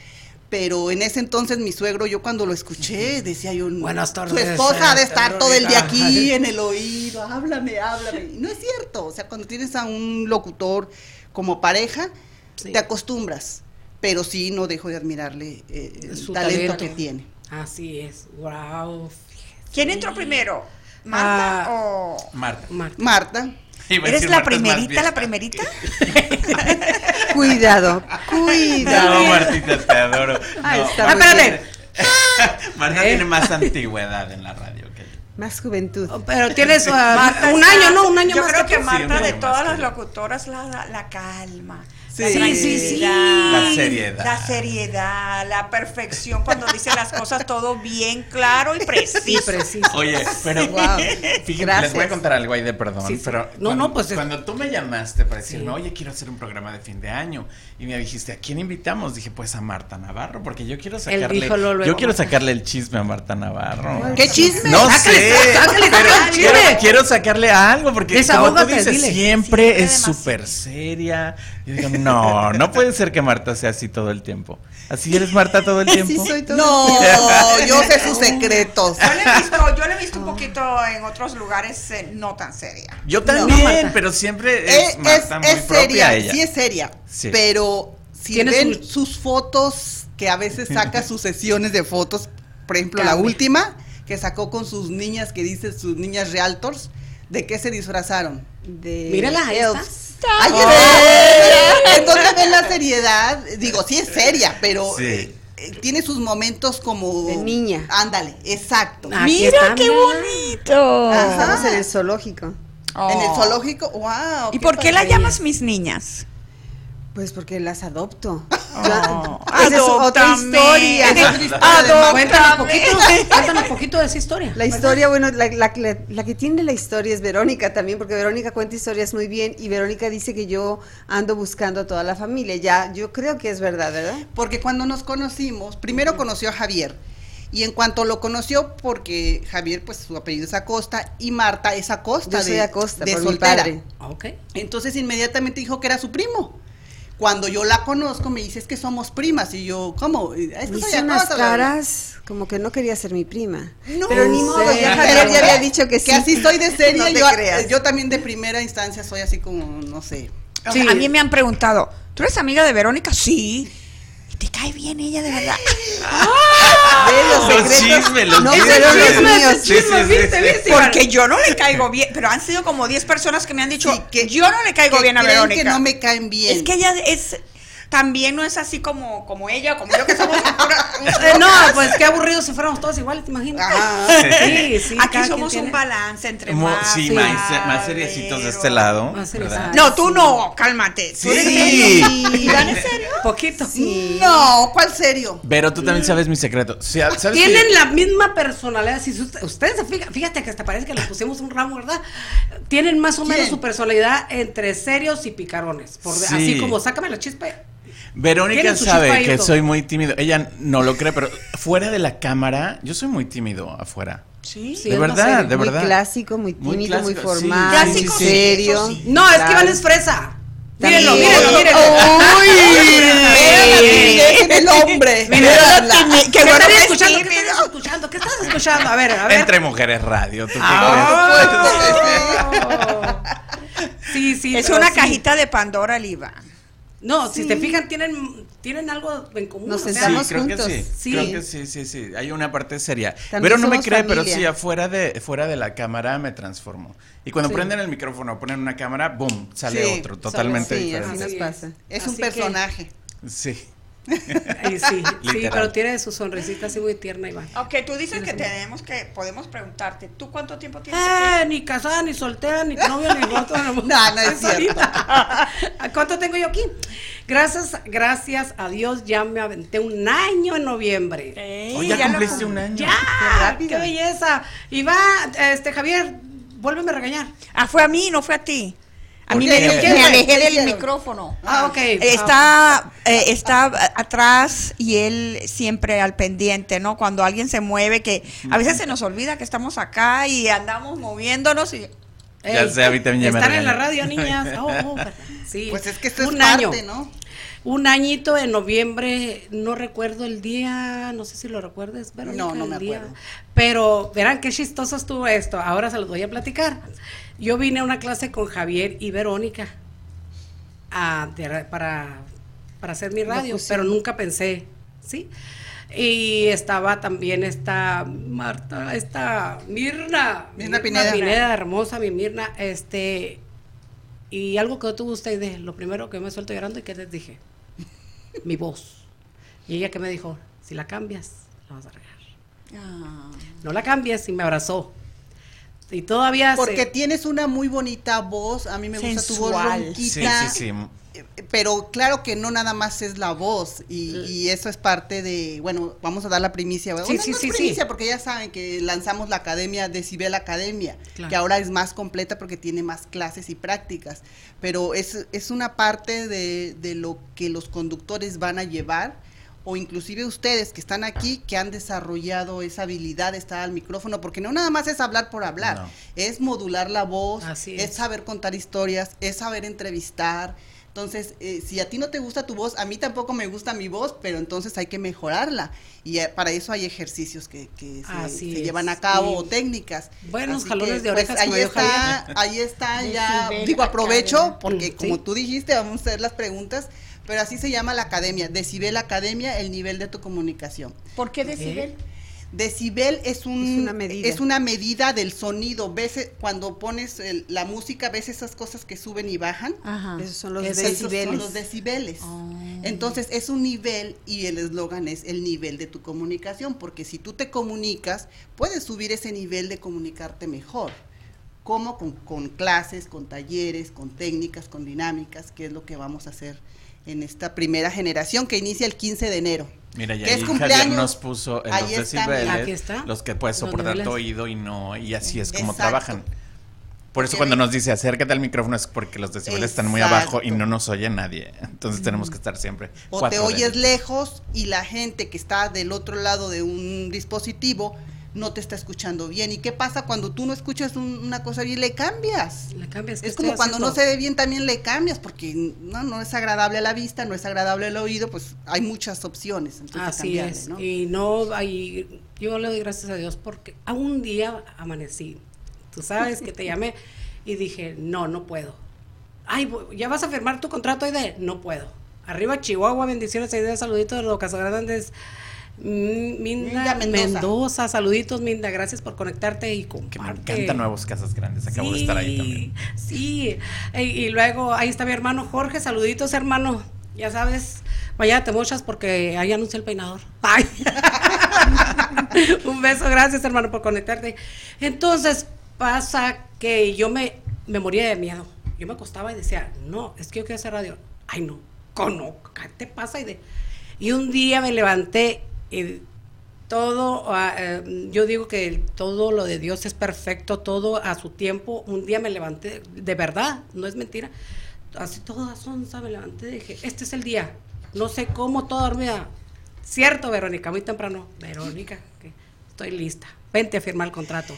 Pero en ese entonces mi suegro, yo cuando lo escuché, decía yo, Buenas su tardes, esposa ha de eh, estar todo el día Verónica". aquí en el oído, háblame, háblame. Y No es cierto, o sea, cuando tienes a un locutor como pareja, Sí. te acostumbras, pero sí no dejo de admirarle eh, el Su talento, talento. que tiene. Así es. Wow. fíjate. ¿Quién entró primero? ¿Marta Ah. o...? Marta. Marta. Marta, Iba a ¿Eres decir la Marta es más primerita, vieja. la primerita? Cuidado, cuidado. No, Martita, te adoro. Ahí No, está Marta muy bien. tiene- Marta tiene más antigüedad en la radio que yo. Más juventud. Pero tienes uh, un año, ¿no? Un año yo más. creo que tú. Marta de todas las locutoras la, la- la calma. Sí. la Sí, sí, sí. tranquilidad, La seriedad. La seriedad, la perfección cuando dice las cosas todo bien claro y preciso. Oye, pero Wow. fíjate, les Gracias. voy a contar algo ahí de perdón, Sí, sí. pero No, cuando, no, pues, es- cuando tú me llamaste para decirme, Sí. oye, quiero hacer un programa de fin de año y me dijiste, ¿a quién invitamos? Dije, pues a Marta Navarro, porque yo quiero sacarle, dijo lo luego. yo quiero sacarle el chisme a Marta Navarro. ¿Qué chisme? No Sácale, sé, sácale, pero sácale el quiero, chisme. quiero sacarle algo porque como tú Desahógate, dices, dile. siempre es súper seria. Yo digo, no, no puede ser que Marta sea así todo el tiempo. Así eres Marta todo el tiempo. No, yo sé sus secretos. Yo la he visto, yo la he visto un poquito en otros lugares eh, no tan seria. Yo No, también, Marta. pero siempre Es, es, Marta muy es propia seria, ella. sí es seria. Sí. Pero si Tiene ven su- sus fotos, que a veces saca sus sesiones de fotos, por ejemplo, la Cambia. última que sacó con sus niñas, que dice sus niñas realtors, ¿de qué se disfrazaron? De Míralas, ahí elves. está. Ahí está. Entonces ven la seriedad, digo, sí es seria, pero Sí. eh, eh, tiene sus momentos como... De niña. Ándale, exacto. Aquí está, mira. bonito! Ajá. Estamos en el zoológico. En Oh. el zoológico, wow. Ah. Oh. ¿Y por qué la padre. llamas mis niñas? Pues porque las adopto. Oh. Esa es otra Adóptame. historia. Cuéntanos Adóptame. poquito, cuéntanos poquito de esa historia. La historia, bueno, la, la- la- la que tiene la historia es Verónica también, porque Verónica cuenta historias muy bien y Verónica dice que yo ando buscando a toda la familia. Ya, yo creo que es verdad, ¿verdad? Porque cuando nos conocimos, primero conoció a Javier. Y en cuanto lo conoció, porque Javier, pues su apellido es Acosta y Marta es Acosta. Yo soy Acosta, de por mi soltera. padre. Ok. Entonces inmediatamente dijo que era su primo. Cuando yo la conozco, me dice, es que somos primas. Y yo, ¿cómo? Es Pues que Me soy hizo unas Acosta, bla, bla, bla". caras como que no quería ser mi prima. No, Pero ni modo, sé. ya Javier ya había dicho que sí. Que así soy de seria. No te yo, creas. yo también de primera instancia soy así como, no sé. Sí. A mí me han preguntado, ¿tú eres amiga de Verónica? Sí. ¿Y te cae bien ella de verdad? Ve los Los secretos. chismes, los no, chismes. pero los Chismes, míos. Sí, sí, sí, sí. Porque yo no le caigo bien, pero han sido como 10 personas que me han dicho, Sí, que- yo no le caigo que bien a creen Verónica. que no me caen bien. Es que ella es también no es así como, como ella, como yo que somos Eh, no, pues qué aburrido si fuéramos todos iguales, ¿te imaginas? Ajá. Sí, sí. Aquí cada somos quien un tiene- balance entre Mo- más, sí, más, más seriecitos de este lado. Más serios. ¿verdad? No, tú no, cálmate. Tú eres Sí. serio. Iván, ¿en serio? Poquito. No, ¿cuál serio? Pero tú también sabes mi secreto. Sí, ¿sabes que Tienen yo- la misma personalidad. Si sus- ustedes se fijan, fíjate que hasta parece que les pusimos un ramo, ¿verdad? Tienen más o menos ¿Quién? su personalidad entre serios y picarones. Por, Sí. Así como, sácame la chispa. Verónica tienen su sabe chispadito. que soy muy tímido. Ella no lo cree, pero fuera de la cámara, yo soy muy tímido afuera. Sí. Sí, de es más verdad, serio. de muy verdad. clásico, muy Muy tímido, muy, clásico, sí, formal, sí, sí, sí. serio. Eso sí. No, es que Iván Claro. es fresa. También. Mírenlo, mírenlo, Oh, mírenlo. Vean la timidez en el hombre. Mira, Veanla. que, ¿Qué bueno, estás que es escuchando? ¿Qué tímido. estás escuchando? ¿Qué estás escuchando? A ver, a ver. Entre mujeres radio. ¿tú qué Ah. Sí, sí. Es pero una sí. cajita de Pandora, el Iván. No, si te fijan, tienen, tienen algo en común. Nos o sea, sentamos- Sí, creo juntos. que sí, Sí. Creo que sí, sí, sí. Hay una parte seria. También pero no me somos cree, pero familia. sí, afuera de, fuera de la cámara me transformo. Y cuando prenden el micrófono o ponen una cámara, ¡boom! Sale Sí, otro, totalmente sí, así diferente. nos es. pasa. Es Así un que- personaje. Sí. Ay, sí, sí, Literal. pero tiene su sonrisita así muy tierna, Iván. Ok, tú dices que tenemos que, podemos preguntarte, ¿tú cuánto tiempo tienes? Eh, ni casada, ni soltera, ni novia, ni voto. No, no es cierto. ¿Cuánto tengo yo aquí? Gracias, gracias a Dios, ya me aventé un año en noviembre. Ey, Oye, ya ya lo cumpliste cum- un año. ¡Ya! ¡Qué belleza! Iván, este, Javier, vuélveme a regañar. Ah, fue a mí, no fue a ti. A ¿Por mí qué? me, ¿Qué me hicieron? ¿Qué alejé del hicieron? micrófono. Ah, ok. eh, Está, eh, está a- atrás y él siempre al pendiente, ¿no? Cuando alguien se mueve, que a veces se nos olvida que estamos acá y andamos moviéndonos y... Ya sé, a mí también ya me Están en la regañan. radio, niñas. Oh, oh, ¿verdad? sí. Pues es que esto es un parte, año. ¿no? Un añito en noviembre, no recuerdo el día, no sé si lo recuerdes, Verónica, No, no me el día. acuerdo. Pero verán qué chistoso estuvo esto. Ahora se los voy a platicar. Yo vine a una clase con Javier y Verónica a- de ra- para, para hacer mi radio, pero nunca pensé, ¿sí? Y estaba también esta Marta, esta Mirna. Mirna Pineda. hermosa, mi Mirna. Este, y algo que tuvo usted de lo primero que me suelto llorando y que les dije, mi voz. Y ella que me Ah. dijo, si la cambias, la vas a regar. No la cambies y me abrazó. Y todavía Porque se- tienes una muy bonita voz, a mí me gusta tu voz Sensual. ronquita, Sí, sí, sí. pero claro que no nada más es la voz y, y eso es parte de, bueno, vamos a dar la primicia, Mm. Sí, Bueno, sí, no es sí, sí. primicia, porque ya saben que lanzamos la academia Decibel Academia, Claro. que ahora es más completa porque tiene más clases y prácticas, pero es, es una parte de, de lo que los conductores van a llevar o inclusive ustedes que están aquí, que han desarrollado esa habilidad de estar al micrófono, porque no nada más es hablar por hablar, No. es modular la voz, Así es. es. saber contar historias, es saber entrevistar. Entonces, eh, si a ti no te gusta tu voz, a mí tampoco me gusta mi voz, pero entonces hay que mejorarla. Y eh, para eso hay ejercicios que, que se, Así se es. llevan a cabo Y o técnicas. buenos Así pues, jalones de orejas que ahí me dio está, Javier. ahí está Decibel ya. Digo, Academia. aprovecho porque Mm, como sí. tú dijiste, vamos a hacer las preguntas, pero así se llama la academia, Decibel Academia, el nivel de tu comunicación. ¿Por qué decibel? Decibel es, un, es, una medida. del sonido. Ves eh, cuando pones el- la música, ves esas cosas que suben y bajan. Ajá. Esos son los son decibeles. los decibeles. Entonces es un nivel y el eslogan es el nivel de tu comunicación, porque si tú te comunicas, puedes subir ese nivel de comunicarte mejor. ¿Cómo? Con, con clases, con talleres, con técnicas, con dinámicas, que es lo que vamos a hacer en esta primera generación que inicia el 15 de enero. Mira, ya ¿Qué es ahí cumpleaños? Javier nos puso en los Ahí está, mira. decibeles, Aquí está. los que puedes Los soportar tu niveles. oído y no, y así es como Exacto. trabajan. Por eso Porque cuando ve- nos dice acércate al micrófono es porque los decibeles están muy Exacto. abajo y no nos oye nadie. Entonces tenemos que estar siempre. o te cuatro de- oyes lejos y la gente que está del otro lado de un dispositivo no te está escuchando bien. ¿Y qué pasa cuando tú no escuchas un- una cosa bien? Le cambias. Le cambias. ¿qué Es como estoy cuando no haciendo? se ve bien también le cambias porque no, no es agradable a la vista, no es agradable al oído, pues hay muchas opciones. Entonces Así cambiarle, es. ¿no? Y no hay, yo le doy gracias a Dios porque a un día amanecí. Tú sabes que te llamé y dije, no, no puedo. Ay, bu- ya vas a firmar tu contrato Aide. No puedo. Arriba Chihuahua, bendiciones, Aide, saluditos de los Casagrandes. Mm, Minda, Minda Mendoza. Mendoza. saluditos Minda, gracias por conectarte y comparte. Me encantan nuevos casas grandes. Acabo de estar ahí también. Sí, y, y luego ahí está mi hermano Jorge, saluditos hermano, ya sabes, mañana te mochas porque ahí anuncia el peinador. Ay. Un beso, gracias hermano por conectarte. Entonces pasa que yo me, me moría de miedo, yo me acostaba y decía, no, es que yo quiero hacer radio. Ay no, cono, ¿qué te pasa? Y, de- y un día me levanté y todo, ah, eh, yo digo que el- todo lo de Dios es perfecto, todo a su tiempo. Un día me levanté, de verdad, no es mentira, así toda sonza me levanté y dije, este es el día, no sé cómo, toda dormida. Cierto, Verónica, muy temprano. Verónica, que estoy lista, vente a firmar el contrato.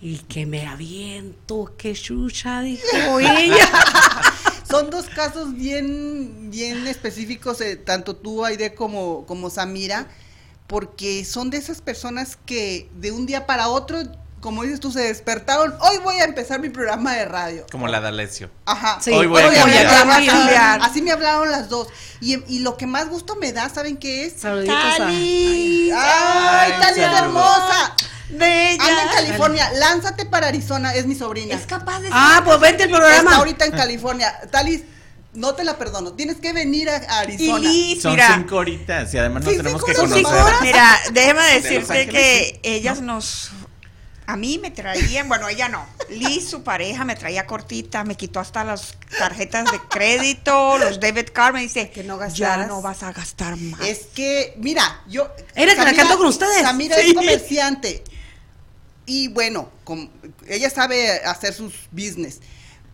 Y que me aviento, que chucha, dijo ella. Son dos casos bien, bien específicos, eh, tanto tú, Aide, como, como Samira, porque son de esas personas que de un día para otro, como dices tú, se despertaron, hoy voy a empezar mi programa de radio. Como la de Alessio. Ajá. Hoy voy a cambiar. cambiar. Así me hablaron las dos. Y, y lo que más gusto me da, ¿saben qué es? Saluditos a- ¡Ay, Ay, un Tali es saludo. hermosa! Bella. Anda en California, lánzate para Arizona, es mi sobrina. Es capaz de Ah, pues vente al programa. Está ahorita en California. Talis, no te la perdono. Tienes que venir a a Arizona. Y Liz, Son mira. cinco horitas y además nos Sí, tenemos cinco que horas, conocer. cinco horas. Mira, déjeme De Los decirte Ángeles, que ellas nos. A mí me traían, bueno, ella no. Liz, su pareja, me traía cortitas, me quitó hasta las tarjetas de crédito, los debit card, me dice Que no Ya gastaras. no vas a gastar más. Es que, mira, yo. Era que la canto con ustedes. Samira Sí. es comerciante. Y bueno, com- ella sabe hacer sus business.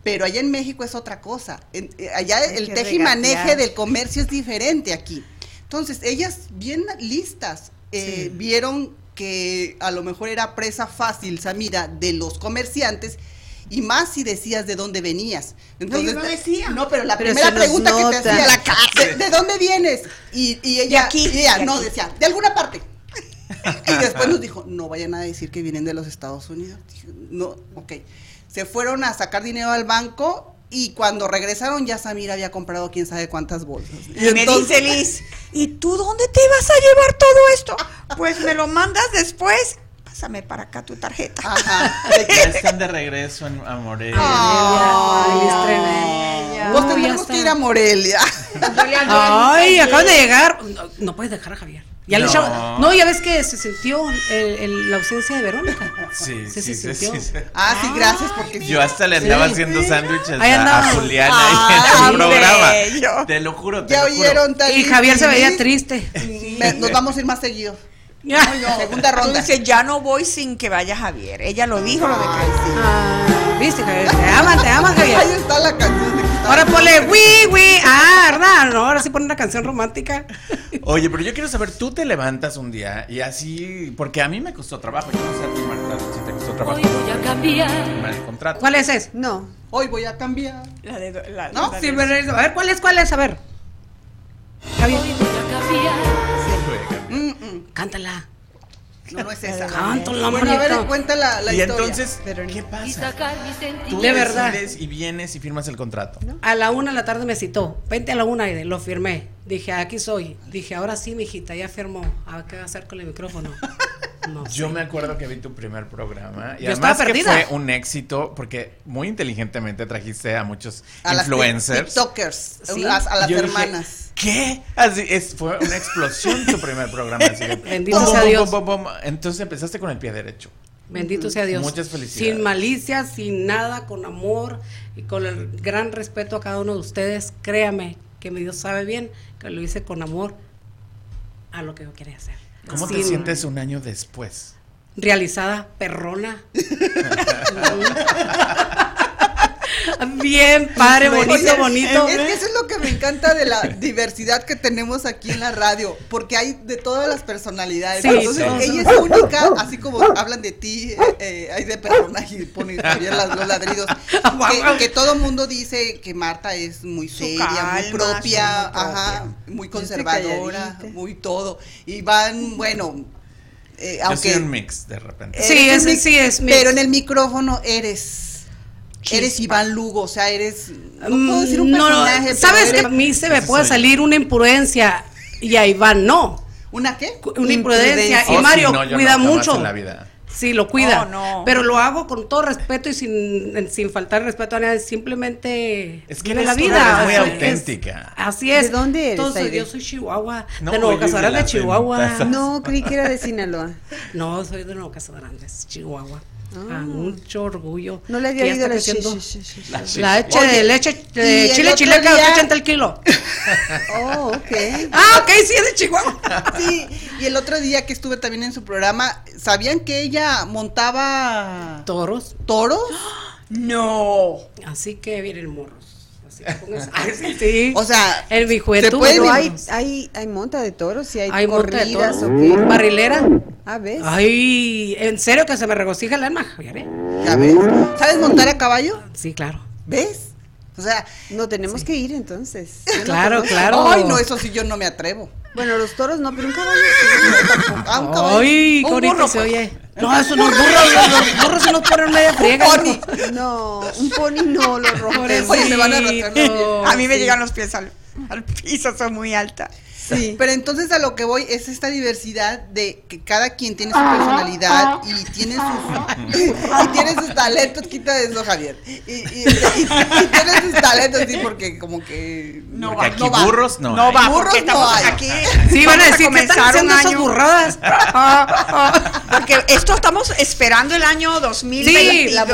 Pero allá en México es otra cosa. En- eh, allá Hay el que teje y maneje regatear. del comercio es diferente aquí. Entonces, ellas bien listas eh, vieron que a lo mejor era presa fácil, Samira, de los comerciantes. Y más si decías de dónde venías. Entonces, yo no decía. No, pero la Pero primera se nos pregunta que te nota. hacía La cárcel. ¿de, de dónde vienes? Y, y ella, De aquí, y ella, de no, aquí. decía, de alguna parte. Y después nos dijo, no vayan a decir que vienen de los Estados Unidos. Dije, no, ok. Se fueron a sacar dinero al banco y cuando regresaron ya Samira había comprado quién sabe cuántas bolsas. Y me dice Liz, ¿y tú dónde te vas a llevar todo esto? Pues me lo mandas después. Pásame para acá tu tarjeta. Ah, Ajá. de Ya que- están de regreso en a Morelia. Ah. Ay, Liz, Ay, tremenda. Vos Uy, tenemos hasta- que ir a Morelia. Ay, acaban de llegar. No, no puedes dejar a Javier. Ya le No. echaba- no, ya ves que se sintió el- el- la ausencia de Verónica. Sí, Sí, sí, sí, se sintió. sí, sí. Ah, sí, gracias porque Yo hasta le andaba Sí. haciendo sándwiches Ahí a, a andaba. Juliana Ay, en el programa. bello. Te lo juro, te Ya lo juro. oyeron, tal- Y Javier se veía triste. Me- Mm, nos vamos a ir más seguido. Ay, no. Segunda Tú ronda. dices, ya no voy sin que vaya Javier. Ella lo dijo, lo de Ah. Ah, Viste, Javier, te aman, te aman, Javier. Ahí está la canción. Ahora ponle, wi, wi. Ah, ¿verdad? No, ahora sí pone una canción romántica. Oye, pero yo quiero saber, tú te levantas un día y así, porque a mí me costó trabajo. Yo no sé a ti, Marta, si te costó trabajo. voy a cambiar. firmar el contrato. ¿Cuál es ese? No. Hoy voy a cambiar. La de, la, ¿No? Silver Reyes. A ver, ¿cuál es? ¿Cuál es? A ver. Javier. Mm, mm, Cántala. No, no es esa. Cántala, Bueno, a ver, manito. cuenta la, la Y historia. entonces, ¿qué pasa? Tú De verdad. decides y vienes y firmas el contrato. A la una de la tarde me citó. Vente a la una, Aide. Lo firmé. Dije, aquí soy. Dije, ahora sí, mijita, ya firmó. ¿A qué va a hacer con el micrófono? Yo me acuerdo que vi tu primer programa y además Yo estaba que perdida. fue un éxito porque muy inteligentemente trajiste a muchos A las influencers. TikTokers. Sí. Las- a las Yo dije, hermanas. ¿Qué? Así es, fue una explosión tu primer programa. así de- Bendito Bom, sea bom, Dios. bom, bom, bom. Entonces empezaste con el pie derecho. Bendito sea Dios. Muchas felicidades. Sin malicia, sin nada, con amor y con el gran respeto a cada uno de ustedes. Créame que mi Dios sabe bien que lo hice con amor a lo que yo quería hacer. ¿Cómo te Sin- sientes un año después? Realizada, perrona. Bien, padre, bonito, Oye, bonito. Es que eso es lo que me encanta de la diversidad que tenemos aquí en la radio, porque hay de todas las personalidades. Sí, Entonces, sí. ella es única, así como hablan de ti, eh, hay de personas y ponen también las- los ladridos. Que, que todo mundo dice que Marta es muy seria, calma, muy propia, sí, muy propia. ajá, muy Yo estoy conservadora, calladita. muy todo. Y van, bueno, eh, Yo aunque soy un mix de repente. Eres Sí, es- un mic- sí, es mix. Pero en el micrófono eres. Eres Iván Lugo, o sea, eres. No puedo decir un Mm, no, personaje. pero ¿Sabes eres- que a mí se me Ese puede soy salir una imprudencia y a Iván no? ¿Una qué? Una imprudencia. Oh, Y sí, Mario no, yo no, cuida jamás mucho. en la vida. Sí, lo Oh, cuida. no. Pero lo hago con todo respeto y sin, sin faltar respeto a nadie. Simplemente Es que vive eres la tú, vida. eres muy O sea, auténtica. es- así es. ¿De dónde eres, Entonces, Aide? yo soy Chihuahua. No, de Nuevo oye, Casagrande, de la Chihuahua. ventaja. No, creí que era de Sinaloa. No, soy de Nuevo Casagrande, Chihuahua. Ah. Ah, mucho orgullo. No le había que oído ya está la shi- creciendo. shi- shi- shi- La shi. leche Oye, de leche y de el chile otro chileca, día- 80 el kilo. Oh, ok. Ah, ok, sí, es de Chihuahua. Sí, y el otro día que estuve también en su programa, ¿sabían que ella montaba. Toros? ¿Toros? No. Así que vienen morros. Así que pónganse. Ay, sí, sí. O sea, en mi Se juventud. puede, no hay, hay, hay monta de toros y hay, Hay monta de corridas toros. o qué. Barrilera. Ah, ¿ves? Ay, en serio que se me regocija el alma, Javier. eh? ¿Ya ves? ¿Sabes montar a caballo? Sí, claro. ¿Ves? O sea, no tenemos que ir entonces. Yo no Claro, conozco. claro. Ay, no, eso sí yo no me atrevo. Bueno, los toros no, pero un caballo. sí. Ah, un caballo. Ay, Un qué bonito burro, se pues. oye. No, eso no, burros, los burros se nos ponen media friega. pony. No, un pony no lo rompemos. Pobrecito. Oye, me van a arrastrar los pies. A mí me sí. llegan los pies al, al piso, son muy alta. Sí. Pero entonces a lo que voy es esta diversidad de que cada quien tiene su personalidad y tiene Ah, sus y tiene sus talentos, quita eso, Javier. Y, y- y- y tiene sus talentos, sí, porque como que No Porque va, aquí burros no. No hay. va, Burros porque no estamos hay. aquí. Sí, van a Vamos decir que comenzar están un haciendo esas año- burradas. Ah, ah, Porque esto estamos esperando el año 2022. Sí, la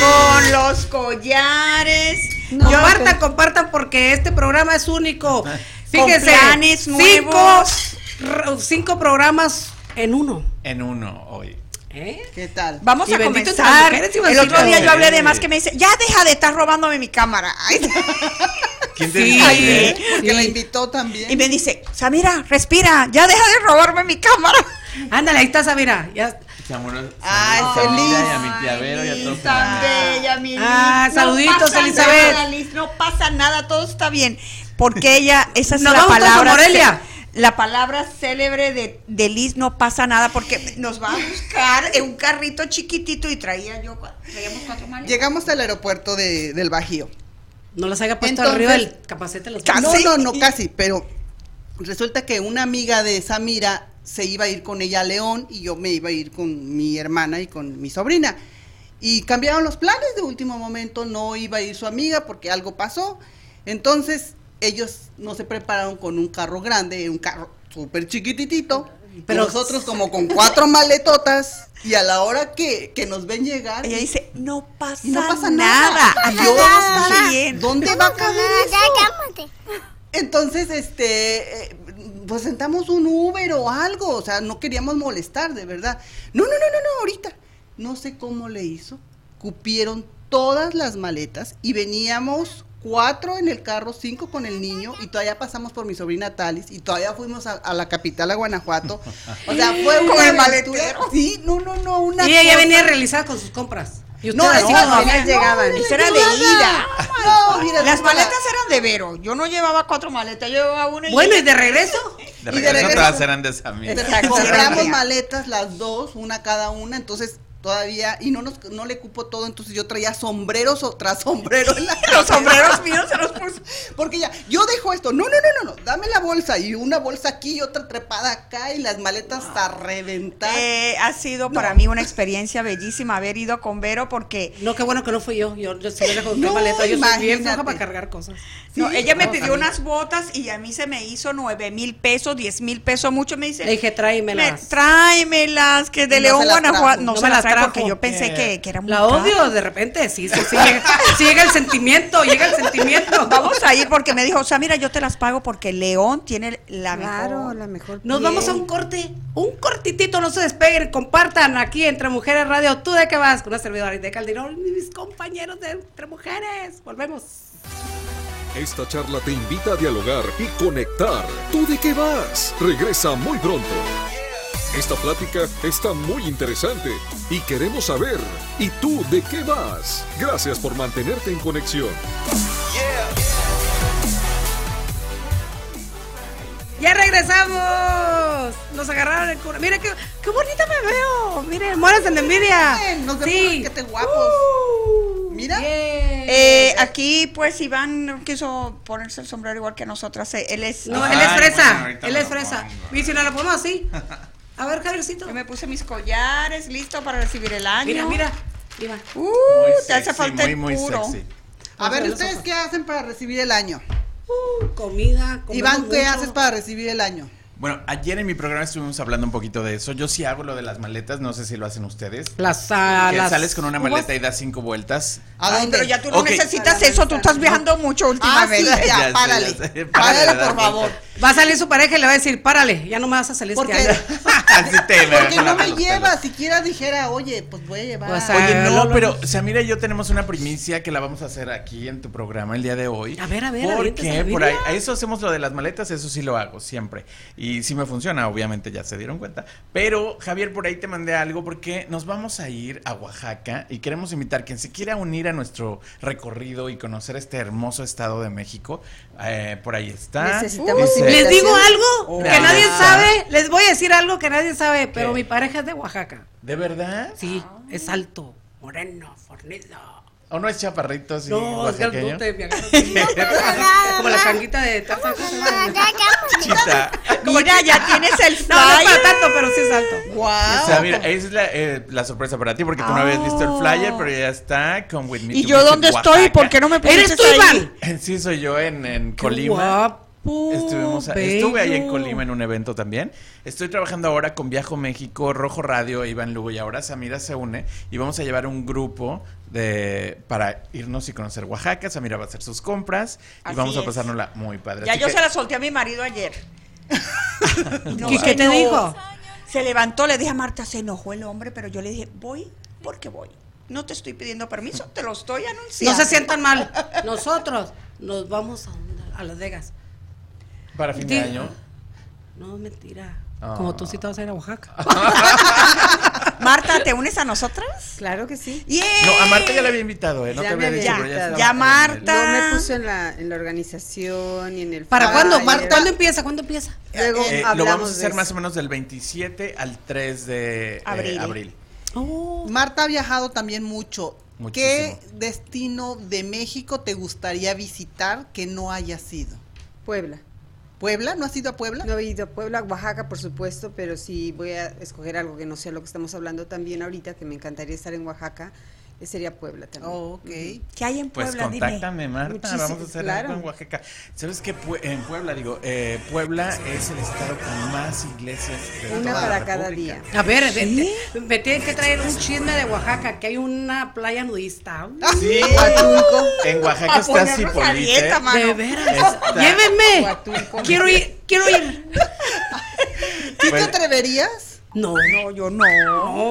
Con los collares. No, Yo- compartan, compartan porque este programa es único. Fíjense, planes cinco, nuevos. r- cinco programas en uno. En uno hoy. ¿eh? ¿Qué tal? Vamos Y a bendito entre comenzar. las mujeres y El bendito otro día entre yo hablé de ustedes. más que me dice, ya deja de estar robándome mi cámara. Ay, ¿Quién te Sí. dijo ayer? Sí. porque la invitó también. Y me dice, Samira, respira, ya deja de robarme mi cámara. Ándale, ahí está Sabira. Ya. Te amor- Ay, saludos a mi familia feliz. Y a mi tía Vero y a todos. Tan bella, mi Ah, Liz. No saluditos, pasa Elizabeth. nada, Liz, no pasa nada, todo está bien. Porque ella, esa es Nos la vamos todos a palabra. Morelia. ce- La palabra célebre de, de Liz no pasa nada porque nos va a buscar en un carrito chiquitito y traía yo cua- traíamos cuatro manos. Llegamos al aeropuerto de- del Bajío. No las haya puesto Entonces- arriba del capacete. Los Casi. No, no, no, casi, pero resulta que una amiga de Samira se iba a ir con ella a León y yo me iba a ir con mi hermana y con mi sobrina. Y cambiaron los planes de último momento, no iba a ir su amiga porque algo pasó. Entonces, ellos no se prepararon con un carro grande, un carro súper chiquititito. Pero nosotros como con cuatro maletotas y a la hora que, que nos ven llegar... Ella dice, no pasa, no pasa nada, nada. aquí Yo, todo está dije, bien. ¿Dónde No va a pasa caber nada, eso? Entonces, este, eh, pues sentamos un Uber o algo, o sea, no queríamos molestar, de verdad. No, no, no, no, no, ahorita. No sé cómo le hizo. Cupieron todas las maletas y veníamos cuatro en el carro, cinco con el niño y todavía pasamos por mi sobrina Talis y todavía fuimos a, a la capital, a Guanajuato. O sea, fue Con una el aventura. Sí, no, no, no, una Y ella cosa- venía realizada con sus compras. Y No, ustedes no, así como apenas venían. llegaban. No, Esa era de no, ida. No, mira, Las no, maletas eran de Vero. Yo no llevaba cuatro maletas, yo llevaba una. Bueno, ¿y de regreso? De Y de regreso, regreso- todas eran de esa mía. Exacto. Compramos maletas las dos, una cada una, entonces todavía y no nos no le cupo todo, entonces yo traía sombreros o- tras sombrero en la Los sombreros míos se los puso porque ya yo dejo esto. No, no, no, no, no, dame la bolsa y una bolsa aquí y otra trepada acá y las maletas a reventar. Eh, ha sido para mí una experiencia bellísima haber ido con Vero porque. No, qué bueno que no fui yo. Yo, yo sí me dejó No, maleta. Yo soy bien imagínate. floja para cargar cosas. No, ella me no, pidió también. unas botas y a mí se me hizo nueve mil pesos, diez mil pesos, mucho me dice. Le dije, tráemelas. "Me- tráemelas, que de No León, se las trajo. Guanajuato. No, No se me las las trae trajo. porque yo pensé Eh, que, que era muy La caro. odio de repente. Sí, sí, sí. llega, sí llega el sentimiento, llega el sentimiento. Vamos a ir porque me dijo, o sea, mira, yo te las pago porque León tiene la Claro, mejor. la mejor. Nos vamos a un corte, un cortitito, no se despeguen, compartan aquí entre Mujeres Radio. ¿Tú de qué vas? Con una servidora de Calderón y mis compañeros de Entre Mujeres. Volvemos. Esta charla te invita a dialogar y conectar. ¿Tú de qué vas? Regresa muy pronto. Esta plática está muy interesante y queremos saber, ¿y tú de qué vas? Gracias por mantenerte en conexión. Ya regresamos. Nos agarraron el cura. Mira qué, qué bonita me veo. Miren, mueres en la envidia. Nos vemos Sí. Uh. que te guapos. Mira. Eh, aquí pues Iván quiso ponerse el sombrero igual que nosotras. eh, Él es... No, él es fresa. él es fresa. Y si no lo ponemos así. A ver, Javiercito. Yo me puse mis collares, listo para recibir el año. Ah, Mira, mira. Mira. Uh, te hace falta el puro. A ver, Vamos a ustedes los qué hacen para recibir el año? comida, Iván, ¿qué mucho. haces para recibir el año? Bueno, ayer en mi programa estuvimos hablando un poquito de eso. Yo sí hago lo de las maletas, no sé si lo hacen ustedes. Las, ah, que las sales con una uvas. maleta y das cinco vueltas. ¿A dónde? Pero ya tú no Ok. necesitas eso, tú estás viajando mucho Ah, últimamente. Ah, Ya sé, ya sé, párale, dar vueltas. Va a salir su pareja y le va a decir, párale, ya no me vas a salir Porque- este año. Así te me Porque vas a no me bajar los lleva, siquiera dijera, oye, pues voy a llevar. Pues, Oye, Ah, no, lo- lo- pero Samira y yo tenemos una primicia que la vamos a hacer aquí en tu programa el día de hoy. A ver, a ver, Porque aviéntasela, por ahí, Miriam. a eso hacemos lo de las maletas, eso sí lo hago siempre. Y sí me funciona, obviamente ya se dieron cuenta. Pero Javier, por ahí te mandé algo porque nos vamos a ir a Oaxaca y queremos invitar quien se quiera unir a nuestro recorrido y conocer este hermoso estado de México. Eh, por ahí está. Necesitamos Dice- Les digo algo que Claro. nadie sabe, les voy a decir algo que nadie sabe, pero mi pareja es de Oaxaca. ¿De verdad? Sí, es alto, moreno, fornido. ¿O no es chaparrito? así, No, es oaxaqueño? grandote, me agarra así. Como la canguita de Tarzán. ¿cómo se llama? Chita. Mira, ya tienes el flyer. No, no es para tanto, pero sí es alto. O Ah, sea, mira, esa es la, eh, la sorpresa para ti porque tú no habías visto el flyer, pero ya está. Come with me. ¿Y to yo visit dónde estoy? Oaxaca. ¿Por qué no me pusiste ¡Eres tú, ahí? Iván! Sí, soy yo en, en Colima. guapo, Estuvimos a- estuve ahí en bello. Colima en un evento también. Estoy trabajando ahora con Viajo México, Rojo Radio, Iván Lugo y ahora Samira se une y vamos a llevar un grupo de para irnos y conocer Oaxaca. Samira va a hacer sus compras y Así vamos a es. pasárnosla muy padre. Ya Así yo que- se la solté a mi marido ayer. No, ¿Y qué te señor. dijo? Se levantó, le dije a Marta, se enojó el hombre, pero yo le dije, voy porque voy. No te estoy pidiendo permiso, te lo estoy No anunciando. se sientan mal. Nosotros nos vamos a, a Las Vegas. para fin de Di- año. No, mentira. Ah. Como tú sí te vas a ir a Oaxaca. Marta, ¿te unes a nosotras? Claro que sí. ¡Yeah! No, a Marta ya la había invitado, ¿eh? No Ya te había me dicho, había pero ya invitado. estaba Ya, con él. Marta. No me puso en la, en la organización y en el. ¿Para cuándo? flyer. Mar- ¿Cuándo empieza? ¿Cuándo empieza? Luego Eh, hablamos lo vamos a de hacer eso. más o menos del 27 al 3 de eh, Abril. abril. Oh. Marta ha viajado también mucho. Muchísimo. ¿Qué destino de México te gustaría visitar que no haya sido? Puebla. ¿Puebla? ¿No has ido a Puebla? No he ido a Puebla, Oaxaca, por supuesto, pero sí voy a escoger algo que no sea lo que estamos hablando también ahorita, que me encantaría estar en Oaxaca, eh, sería Puebla también. ok. ¿Qué hay en Pues Puebla? Dime. contáctame, Marta. Muchísimo, Vamos a hacer claro. algo en Oaxaca. ¿Sabes qué? Pue- en Puebla, digo, eh, Puebla es el estado con más iglesias de Una toda para la cada República. día. A ver, de- de- me tienen que traer un chisme de Oaxaca, que hay una playa nudista. Ah, Sí. En Oaxaca está A ¿eh? ponernos Zipolite. a dieta, mano. De veras. Está- Llévenme. Quiero ir, quiero ir. ¿Tú Bueno. te atreverías? No. No, yo no.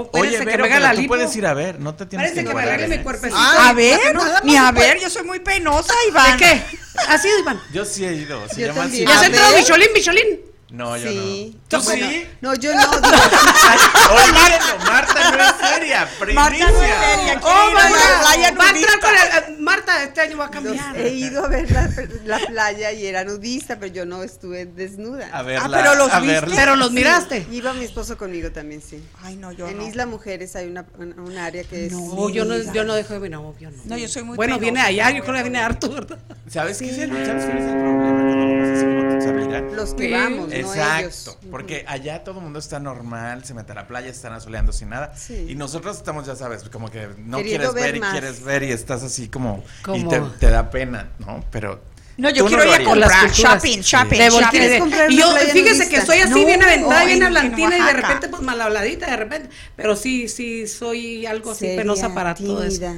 Oye, espérense que Vero, me haga pero la tú lipo. puedes ir a ver, no te tienes Parece que que me guardar, arregle ¿eh? mi cuerpecito. a ver, No, nada ni más a puede- ver, yo soy muy penosa, Iván. ¿De qué? ¿Has ido, Iván? Yo sí he ido, se Yo llama también. así. Ah, ¿Ya has entrado Micholín, Micholín? No, yo Sí. no. ¿Tú Bueno, sí? No, yo no. digo, Oye, Marta no es seria, primicia. Oh, ir a la Marta, playa va a entrar nudista. eh, con la- eh, Marta, este año va a cambiar. He ido a ver la, la playa y era nudista, pero yo no estuve desnuda. A verla, Ah, pero los a viste. verla. Pero los miraste. Sí, iba mi esposo conmigo también, sí. Ay, no, yo en no. Isla Mujeres hay una, un, un área que es. No, Oh, yo no, yo no dejo de mi novio, no. No, yo soy muy Bueno, penosa. viene allá, yo creo que viene harto, ¿verdad? ¿Sabes qué es el, ¿sabes cuál es el problema cuando vamos así como tú sabes ya? Los que Sí. vamos, no ellos. Exacto, porque allá todo el mundo está normal, se mete a la playa, se están asoleando sin nada. Sí. Y nosotros estamos, ya sabes, como que no Queriendo quieres ver ver y más. quieres ver y estás así como. Y Como- te, te da pena, ¿no? Pero. No, yo tú quiero lo ir a harías. con las comprar. culturas. Shopping, shopping, Le shopping. volteé ¿Quieres de- comprar y una yo, playa fíjese nudista? que soy así No, bien aventada, en- bien en hablantina y de Oaxaca. repente pues mal habladita de repente, pero sí, sí soy algo así Seria, penosa para todo eso. tímida.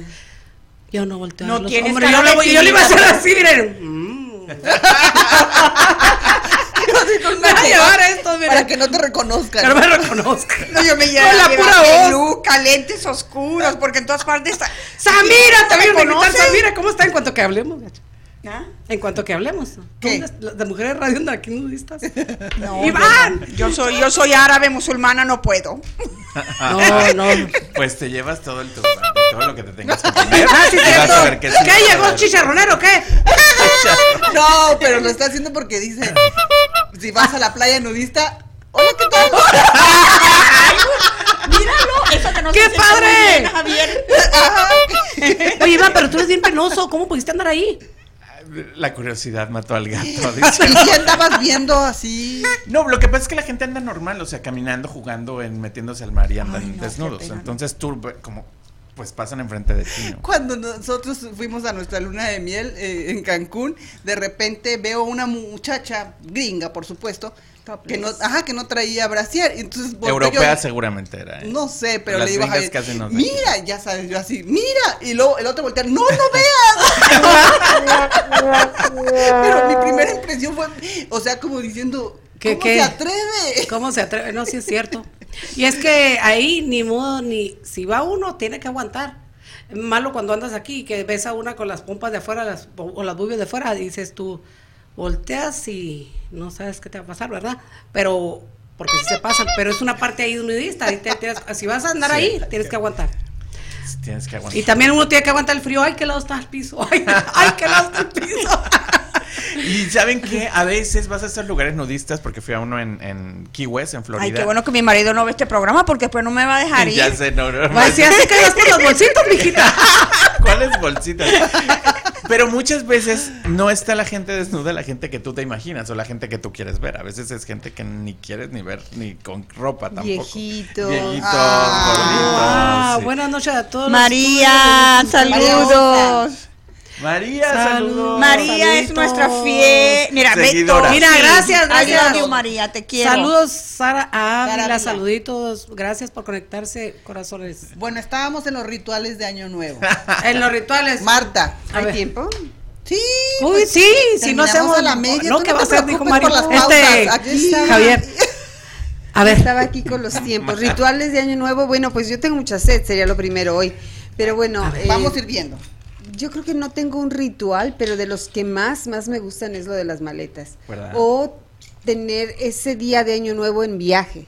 Yo no volteo No a los tienes hombres, cara yo de le, voy- yo le iba a hacer tímida. Mm. así, miren. Me va a llevar a esto, miren. Para que no te reconozcan. Que no me reconozca. No, yo me llevo Con la pura voz. peluca, lentes oscuros, porque en todas partes está. Samira, te voy a invitar, ¿Reconoces? Samira, ¿cómo está en cuanto que hablemos? gacho? ¿Ah? En cuanto que hablemos. ¿Qué? ¿Dónde las- De mujeres radio de aquí nudistas. No, Iván. Yo, yo soy, yo soy árabe musulmana, no puedo. No, no. Pues te llevas todo el turbante, todo lo que te tengas que poner. Ah, sí, y vas a ver cierto. que ¿Qué sí vas a llegó ver. el chicharronero? ¿Qué? No, pero lo está haciendo porque dice, si vas a la playa nudista, hola, ¿qué tal? Míralo, eso que no ¡Qué se sienta muy padre! bien, Javier. Oye, Iván, pero tú eres bien penoso. ¿Cómo pudiste andar ahí? La curiosidad mató al gato. dice. ¿Y qué andabas viendo así? No, lo que pasa es que la gente anda normal, o sea, caminando, jugando, en, metiéndose al mar y andan Ay, no, qué desnudos. pena. Entonces tú, ve- como, pues pasan enfrente de ti. ¿no? Cuando nosotros fuimos a nuestra luna de miel eh, en Cancún, de repente veo una muchacha gringa, por supuesto, que no, ajá, que no traía brasier. Entonces, volteo Europea yo- seguramente era. ¿eh? No sé, pero Las le digo a gringas casi Javier, no sé. mira, ya sabes, yo así, mira, y luego el otro voltea, no, no veas. pero mi primera impresión fue, o sea, como diciendo, ¿Qué, ¿cómo qué? se atreve? ¿Cómo se atreve? No, sí es cierto. Y es que ahí ni modo, ni si va uno, tiene que aguantar. Malo cuando andas aquí, que ves a una con las pompas de afuera las, o las bubias de afuera, dices tú, volteas y no sabes qué te va a pasar, ¿verdad? Pero, porque sí se pasan, pero es una parte ahí nudista, ahí te- tienes- si vas a andar Sí. ahí, tienes que aguantar. Tienes que aguantar. Y también uno tiene que aguantar el frío, ay, qué lado está el piso, ay, ay qué lado está el piso. Y saben que a veces vas a esos lugares nudistas, porque fui a uno en, en Key West, en Florida. Ay, qué bueno que mi marido no ve este programa porque después no me va a dejar ir. Ya sé, no, no, no. Ay, si así que vas por los bolsitos, mijita. ¿Cuáles bolsitas? Pero muchas veces no está la gente desnuda, la gente que tú te imaginas o la gente que tú quieres ver. A veces es gente que ni quieres ni ver, ni con ropa tampoco. Viejitos. Viejitos, gorditos, Ah, sí. buenas noches a todos. los María, estudios de Luz. saludos. María, Salud. saludos. María es Saluditos. nuestra fiel. Mira, ve Seguidora. todo. Mira, Sí. gracias, I love gracias. you, María, te quiero. Saludos, Sara Sara Ávila, Ávila. saluditos. Gracias por conectarse, corazones. Bueno, estábamos en los rituales de Año Nuevo. En los rituales. Marta. A ¿Hay ver. tiempo? Sí. Uy, pues, sí, si no terminamos hacemos a la media, No, tú que no va a te ser, dijo preocupes Mario. por las Este, pausas, aquí estaba. Javier. A ver. Estaba aquí con los tiempos. Rituales de Año Nuevo. Bueno, pues yo tengo mucha sed, sería lo primero hoy. Pero bueno, eh, Vamos a ir viendo. Yo creo que no tengo un ritual, pero de los que más, más me gustan es lo de las maletas. ¿Verdad? O tener ese día de Año Nuevo en viaje.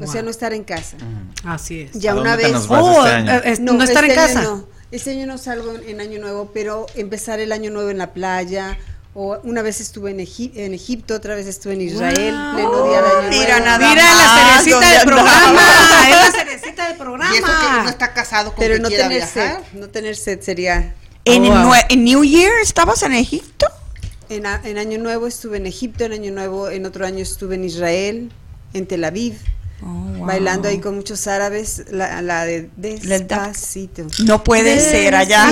O sea, Guau. no estar en casa. Así es. Ya ¿A una dónde te vez. nos vas Oh, este año? eh, eh, no, este estar en año casa. no. Este año no salgo en Año Nuevo, pero empezar el Año Nuevo en la playa. O una vez estuve en, Egi- en Egipto, otra vez estuve en Israel. Wow. pleno día de Año Mira Nuevo. nada Mira la más, cerecita ¿dónde del programa. andaba? Es la cerecita del Y eso que uno programa. está casado con Pero que no quiera tener viajar. sed. No tener sed sería. En, Oh, wow. Nue- en New Year estabas en Egipto. En, a- en Año Nuevo estuve en Egipto, en Año Nuevo, en otro año estuve en Israel, en Tel Aviv. Oh, wow. bailando ahí con muchos árabes, la, la de Despacito. No puede ser allá.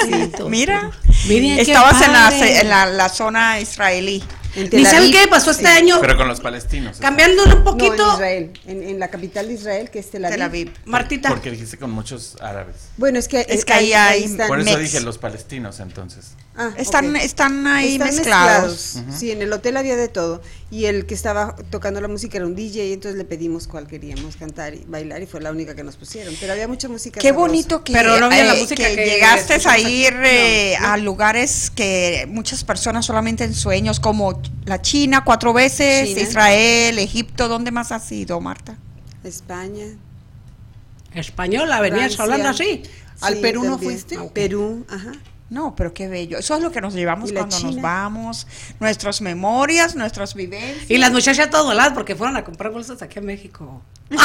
Mira, Miren qué estabas en, la, padre. en la, la zona israelí. ¿Y saben qué pasó este año? Pero con los palestinos. Cambiándole un poquito. No, en Israel, en, en la capital de Israel, que es Tel Aviv. Martita. Porque dijiste con muchos árabes. Bueno, es que, eh, Es que ahí hay- están- Por eso mix. dije los palestinos entonces. Ah, Están- ok. están ahí mezclados. mezclados. Sí, en el hotel había de todo. Y el que estaba tocando la música era un DJ, entonces le pedimos cuál queríamos cantar y bailar, y fue la única que nos pusieron. Pero había mucha música. Qué sabrosa. bonito que, eh, que llegaste a ir eh, a lugares que muchas personas solamente en sueños, como la China cuatro veces, China. Israel, Egipto. ¿Dónde más has ido, Marta? España. Española, venías Francia. hablando así. Ah, ¿Al Perú no fuiste? Perú, ajá. No, pero qué bello. Eso es lo que nos llevamos Y la cuando nos China. vamos, nuestras memorias, nuestras vivencias. Y las muchachas todas voladas porque fueron a comprar bolsas aquí a México.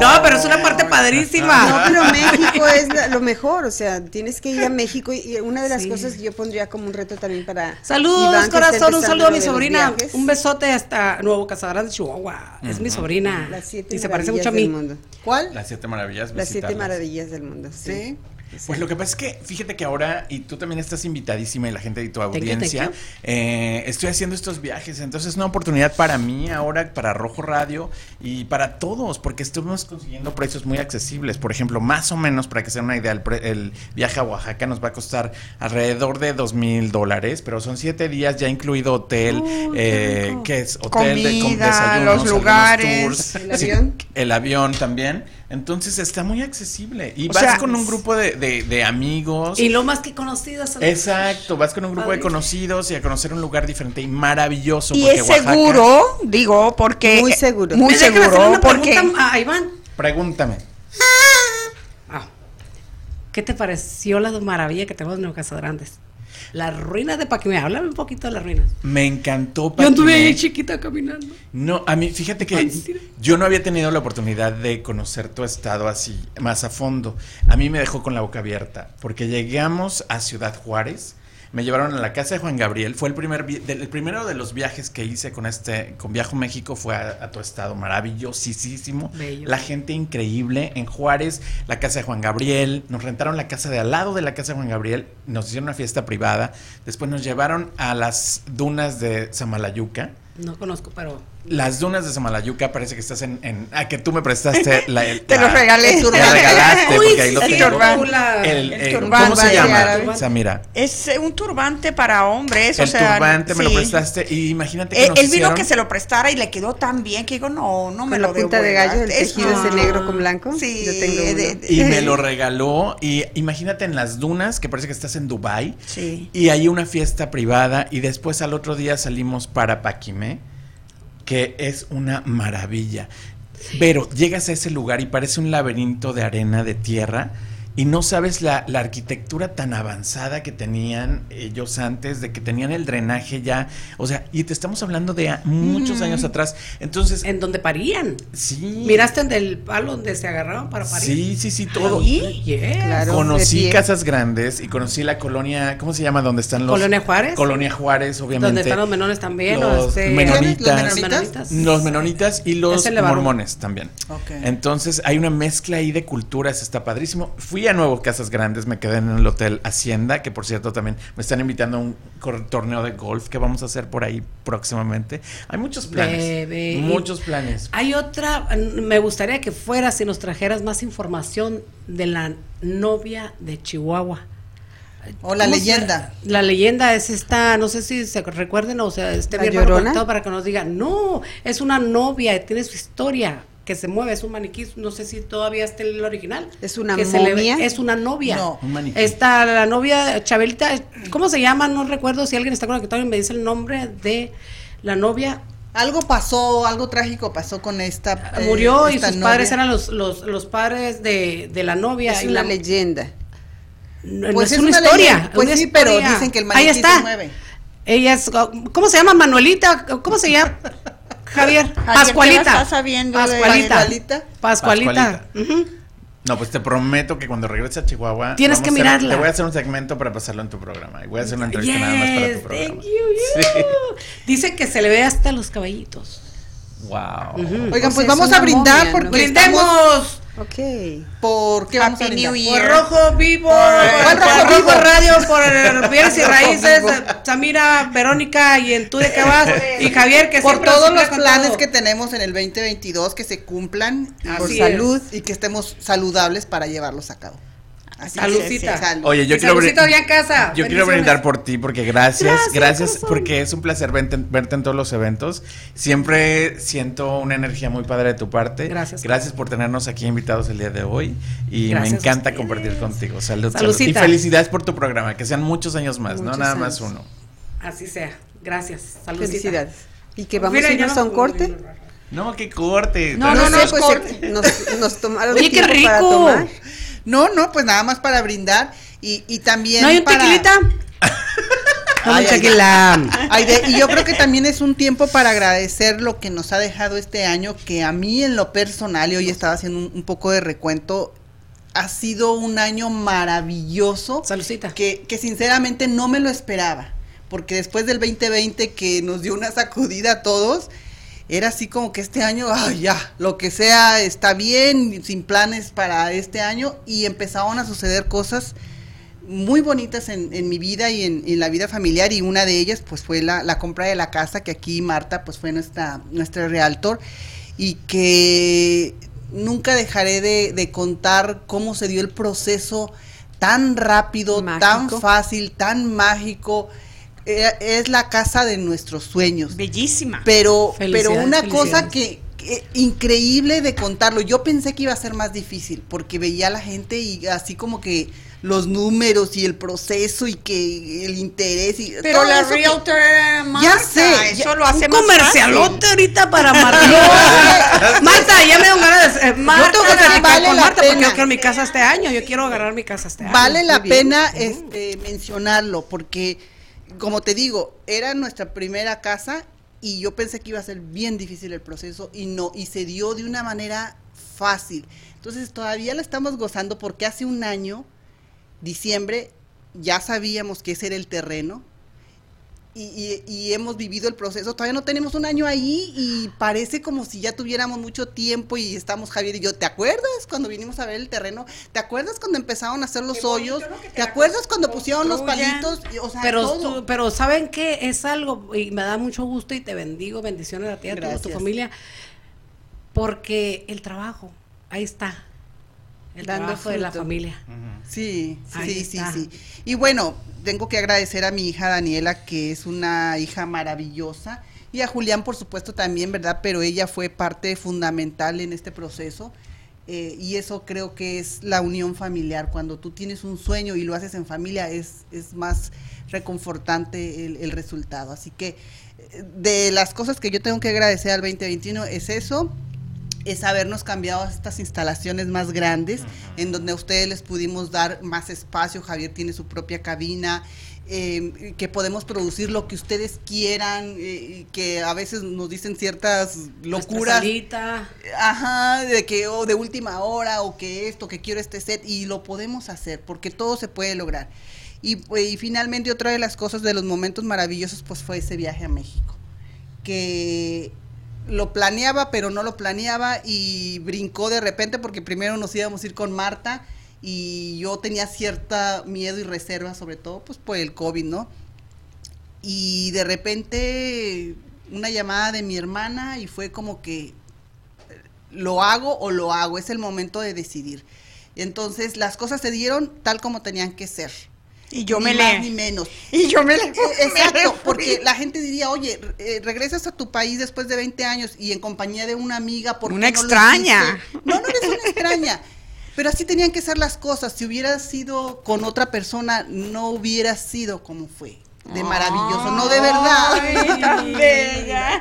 no, pero es una parte padrísima. Oh. No, pero México es la- lo mejor, o sea, tienes que ir a México y- y una de las cosas que yo pondría como un reto también para Saludos, Iván, que está corazón. Un empezando saludo a lo mi de los sobrina. viajes. Un besote hasta Nuevo Cazadorán de Chihuahua. Es mi Ujú. sobrina. Las siete Y se parece maravillas mucho a mí. del mundo. ¿Cuál? Las siete maravillas. Las siete visitarlas. maravillas del mundo. Sí. Pues lo que pasa es que fíjate que ahora, y tú también estás invitadísima y la gente de tu you, thank audiencia, you. eh, estoy haciendo estos viajes, entonces es una oportunidad para mí ahora, para Rojo Radio y para todos, porque estuvimos consiguiendo precios muy accesibles. Por ejemplo, más o menos, para que sea una idea, el, pre- el viaje a Oaxaca nos va a costar alrededor de dos mil dólares, pero son siete días ya incluido hotel, Oh, eh, que es hotel, de, con Comida, desayunos, los algunos lugares, tours, el sí, avión. el avión también. Entonces está muy accesible. Y O vas sea, con un grupo de, de- de amigos. Y lo más que conocidas. son- Exacto, vas con un grupo de Padre. conocidos y a conocer un lugar diferente y maravilloso. Y porque es Oaxaca- seguro, digo, porque... Muy seguro. Muy Me dejan hacerle seguro, una porque... pregunta a Iván. Ah. Pregúntame. ¿Qué te pareció la maravilla que tenemos en Nuevo Casadrantes? Las ruinas de Paquimea. Háblame un poquito de las ruinas. Me encantó. Yo anduve Paquimé. ahí chiquita caminando. No, a mí, fíjate que yo no había tenido la oportunidad de conocer tu estado así, más a fondo. A mí me dejó con la boca abierta, porque llegamos a Ciudad Juárez, me llevaron a la casa de Juan Gabriel, fue el primer vi- del- el primero de los viajes que hice con este, con Viajo México, fue a, a tu estado, maravillosísimo. Bello. La gente increíble en Juárez, la casa de Juan Gabriel, nos rentaron la casa de al lado de la casa de Juan Gabriel, nos hicieron una fiesta privada, después nos llevaron a las dunas de Samalayuca. No conozco, pero. Las dunas de Samalayuca parece que estás en, en ah, que tú me prestaste la, el- Te lo la- regalé. Te Turbán. regalaste Uy, porque ahí lo sí, tengo. turbán. El, El eh, turbán, ¿Cómo se vaya, llama? árabe. O sea, mira, Es eh, un turbante para hombres, o el sea, turbante me lo sí. prestaste y imagínate que Eh, nos él vino hicieron- que se lo prestara y le quedó tan bien que digo, no, no me Con lo la punta de gallo, el devuelvas. Es- tejido ese Ah. negro con blanco. Sí, Yo tengo uno. de- de- y me lo regaló y imagínate en las dunas que parece que estás en Dubai Sí. y hay una fiesta privada y después al otro día salimos para Paquimé que es una maravilla. Pero llegas a ese lugar y parece un laberinto de arena de tierra y no sabes la, la arquitectura tan avanzada que tenían ellos antes, de que tenían el drenaje ya, o sea, y te estamos hablando de a- muchos Mm. años atrás. Entonces, En donde parían. sí. ¿Miraste en el palo donde se agarraban para parir? Sí, sí, sí, todo. Ahí, yes. Claro, de conocí pie. casas grandes y conocí la colonia, ¿cómo se llama? ¿Dónde están los... Colonia Juárez. Colonia Juárez, obviamente. Donde están los menones también. Los o este- menonitas. Los menonitas. Los menonitas y los Ese le va a- mormones también. Entonces hay una mezcla ahí de culturas, está padrísimo. Fui a Nuevo Casas Grandes, me quedé en el Hotel Hacienda, que por cierto también me están invitando a un cor- torneo de golf que vamos a hacer por ahí próximamente. Hay muchos planes. Bebé. Muchos planes. Hay otra, mm, me gustaría que fueras y nos trajeras más información de la novia de Chihuahua. O la ¿Cómo leyenda. se- la leyenda es esta, no sé si se recuerden o sea, esté ¿La bien hermano Llorona? conectado para que nos diga, no, es una novia, tiene su historia, que se mueve, es un maniquí, no sé si todavía está el original. Es una que se le ve- momia. es una novia. No. Un maniquí. Está la novia, Chabelita, ¿cómo se llama? No recuerdo si alguien está conectado y me dice el nombre de la novia. Algo pasó, algo trágico pasó con esta. eh, murió y esta sus novia. padres eran los, los, los padres de, de la novia. Es y una la- leyenda. No, no Pues es, es una, una historia. leyenda. Pues una sí, pero historia. dicen que el Ahí maniquí se está. mueve. Ella es, oh, ¿cómo se llama? Manuelita, ¿cómo se llama? Javier, ¿qué Pascualita. estás sabiendo de Pascualita. Pascualita? Pascualita. Ujú. No, pues te prometo que cuando regrese a Chihuahua. Tienes vamos que a hacer- mirarla. Te voy a hacer un segmento para pasarlo en tu programa. Y voy a hacer una entrevista nada más para tu Yes, programa. thank you, you. Dice que se le ve hasta los caballitos. Wow. Oigan, pues vamos a brindar porque Brindemos. Ok. ¿Por qué vamos a Happy brindar? New Year. Por Rojo Vivo, por, Rojo por Rojo Vivo? Radio, por el Bienes y Rojo Raíces, Vivo. Samira, Verónica y en tú de qué vas, y Javier que por siempre todos nos los cumple con planes todo. que tenemos en el 2022 que se cumplan y Así por es. salud y que estemos saludables para llevarlos a cabo. Así que, Saludcita. salud. Oye, yo quiero brin- en casa. Yo quiero Bendiciones. brindar por ti porque gracias, Gracias, gracias, porque es un placer verte, verte en todos los eventos. Siempre siento una energía muy padre de tu parte. Gracias. Gracias por tenernos aquí invitados el día de hoy y Gracias a me encanta compartir contigo. Salud, salud. Y Saludcita. felicidades por tu programa, que sean muchos años más, no Muchos nada años. más uno. Así sea. Gracias. Saludos. Felicidades. Y que vamos a irnos a un corte. No, que corte. No, no, no, Entonces, pues, nos, nos tomaron Oye, qué tiempo para rico. tomar. No, no, pues nada más para brindar y, y también. ¿No hay un para- tequilita? Ay, ay, tequila. ay, de- y yo creo que también es un tiempo para agradecer lo que nos ha dejado este año, que a mí en lo personal, y hoy estaba haciendo un, un poco de recuento, ha sido un año maravilloso. Que, que sinceramente no me lo esperaba, porque después del 2020 que nos dio una sacudida a todos, era así como que este año, ay, ya, lo que sea está bien, sin planes para este año, y empezaron a suceder cosas muy bonitas en, en mi vida y en, en la vida familiar y una de ellas pues fue la, la compra de la casa que aquí Marta pues fue nuestra, nuestra realtor y que Eh, nunca dejaré de, de contar cómo se dio el proceso tan rápido, tan fácil, tan mágico. Era- Es la casa de nuestros sueños. Bellísima. Pero, pero Felicidades, una cosa felicidades. que, que increíble de contarlo. Yo pensé que iba a ser más difícil porque veía a la gente y así como que los números y el proceso y que el interés y Pero todo la eso que- realtor era Marta, ya sé eso ya- lo hace un más comercialote fácil. ahorita para Marta. Marta, ya me dio ganas de. eh, Marta, tengo que de decir, platicar vale con la Marta, porque pena. yo quiero mi casa este año. Yo quiero agarrar mi casa este año. vale la Muy bien. pena este mencionarlo porque como te digo era nuestra primera casa y yo pensé que iba a ser bien difícil el proceso y no y se dio de una manera fácil entonces todavía la estamos gozando porque hace un año diciembre ya sabíamos que ese era el terreno y, y- y hemos vivido el proceso. Todavía no tenemos un año ahí y parece como si ya tuviéramos mucho tiempo y estamos Javier y yo. ¿Te acuerdas cuando vinimos a ver el terreno? ¿Te acuerdas cuando empezaron a hacer los hoyos? ¿Te, acuerdas cuando pusieron los construyan. palitos? Y, O sea, pero, todo. tú- pero saben que es algo, y me da mucho gusto y te bendigo, bendiciones a ti, y a toda tu Gracias. familia, porque el trabajo, ahí está, el trabajo de la fruto. familia. Sí, Ahí sí, sí, está. sí. Y bueno, tengo que agradecer a mi hija Daniela, que es una hija maravillosa, y a Julián, por supuesto, también, ¿verdad? Pero ella fue parte fundamental en este proceso. eh, y eso creo que es la unión familiar. Cuando tú tienes un sueño y lo haces en familia, es, es más reconfortante el, el resultado. Así que eh, de las cosas que yo tengo que agradecer al 2021 es eso es habernos cambiado a estas instalaciones más grandes, en donde a ustedes les pudimos dar más espacio. Javier tiene su propia cabina, eh, que podemos producir lo que ustedes quieran, eh, y que a veces nos dicen ciertas locuras. salita. Ajá, de que o de última hora, o que esto, que quiero este set, y lo podemos hacer, porque todo se puede lograr. Y, pues, y finalmente otra de las cosas de los momentos maravillosos pues fue ese viaje a México, que lo planeaba pero no lo planeaba y brincó de repente porque primero nos íbamos a ir con Marta y yo tenía cierta miedo y reserva sobre todo pues por el COVID, ¿no? Y de repente una llamada de mi hermana y fue como que lo hago o lo hago, es el momento de decidir. Entonces las cosas se dieron tal como tenían que ser. Y yo Ni me más le- ni menos. Y yo me le- Eh, Exacto, me porque la gente diría, oye, re- eh, regresas a tu país después de 20 años y en compañía de una amiga, ¿por qué Una no lo extraña. hiciste? No, no eres una extraña. Pero así tenían que ser las cosas. Si hubieras sido con otra persona, no hubiera sido como fue. Ah. De maravilloso, no de verdad.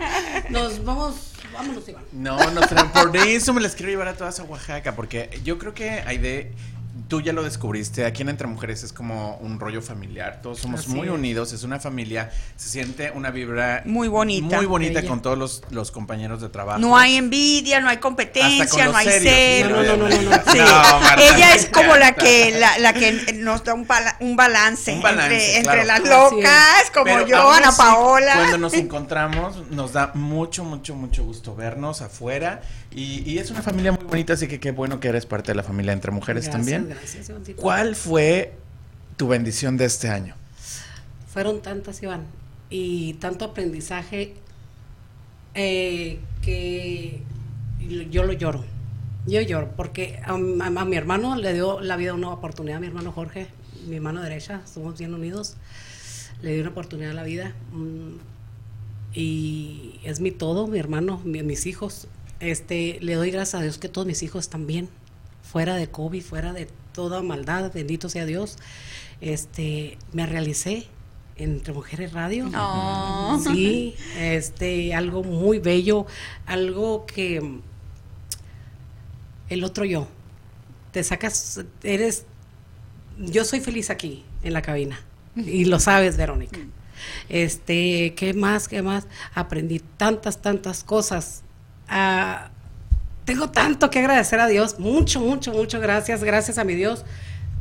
Ay, Nos vamos, vámonos, Iván. No, no será. Por eso me las quiero llevar a todas a Oaxaca, porque yo creo que Aide tú ya lo descubriste, aquí en Entre Mujeres es como un rollo familiar, todos somos Así muy es. unidos, es una familia, se siente una vibra Muy bonita, muy bonita bella. con todos los, los compañeros de trabajo. No hay envidia, no hay competencia, no los hay serios. celos. No, no, no, no, no. Sí. No, Marta, Ella no es es como la cierto. que, la, la que nos da un, bala- un balance, balance, entre, entre claro. las locas, como Pero yo, aún Ana así, Paola. Cuando nos encontramos, nos da mucho, mucho, mucho gusto vernos afuera. Y, y es una familia muy bonita, así que qué bueno que eres parte de la familia entre mujeres Gracias, también. gracias, Ivonne. ¿Cuál fue tu bendición de este año? Fueron tantas, Iván, y tanto aprendizaje eh, que yo lo lloro. Yo lloro porque a, m- a mi hermano le dio la vida una oportunidad, mi hermano Jorge, mi mano derecha, somos bien unidos, le dio una oportunidad a la vida. mm, Y es mi todo, mi hermano, mi- mis hijos. Este, le doy gracias a Dios que todos mis hijos están bien, fuera de COVID, fuera de toda maldad, bendito sea Dios. Este, me realicé entre Mujeres Radio. Oh. Sí, este, algo muy bello, algo que mm, el otro yo. Te sacas, eres, yo soy feliz aquí, en la cabina. Y lo sabes, Verónica. Este, ¿qué más? ¿Qué más? Aprendí tantas, tantas cosas. Ah, tengo tanto que agradecer a Dios. Mucho, mucho, mucho gracias. Gracias a mi Dios.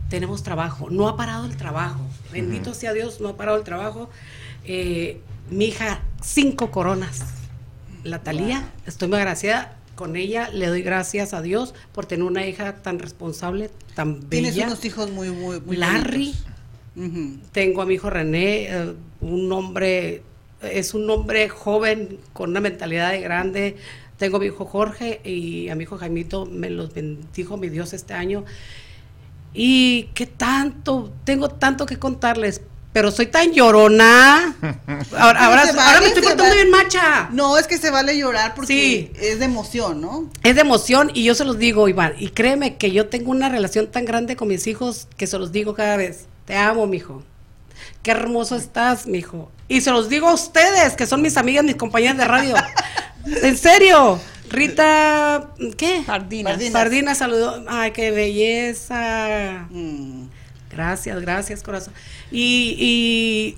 Tenemos trabajo. No ha parado el trabajo. Bendito sea Dios, no ha parado el trabajo. Eh, mi hija, cinco coronas. La Talía, estoy muy agradecida con ella. Le doy gracias a Dios por tener una hija tan responsable, tan bella. Tienes unos hijos muy, muy, muy Larry. Tengo a mi hijo René, eh, un hombre, es un hombre joven con una mentalidad de grande. Tengo a mi hijo Jorge y a mi hijo Jaimito, me los bendijo mi Dios este año. Y qué tanto, tengo tanto que contarles, pero soy tan llorona. Ahora, ahora, Se ahora vale, me estoy se portando vale. bien macha. No, es que se vale llorar porque Sí. es de emoción, ¿no? Es de emoción y yo se los digo, Iván. Y créeme que yo tengo una relación tan grande con mis hijos que se los digo cada vez. Te amo, mijo. Qué hermoso estás, mijo. Y se los digo a ustedes, que son mis amigas, mis compañeras de radio. en serio. Rita, ¿qué? Sardina. Sardinas. Sardina saludó. Ay, qué belleza. Mm. Gracias, gracias, corazón. Y,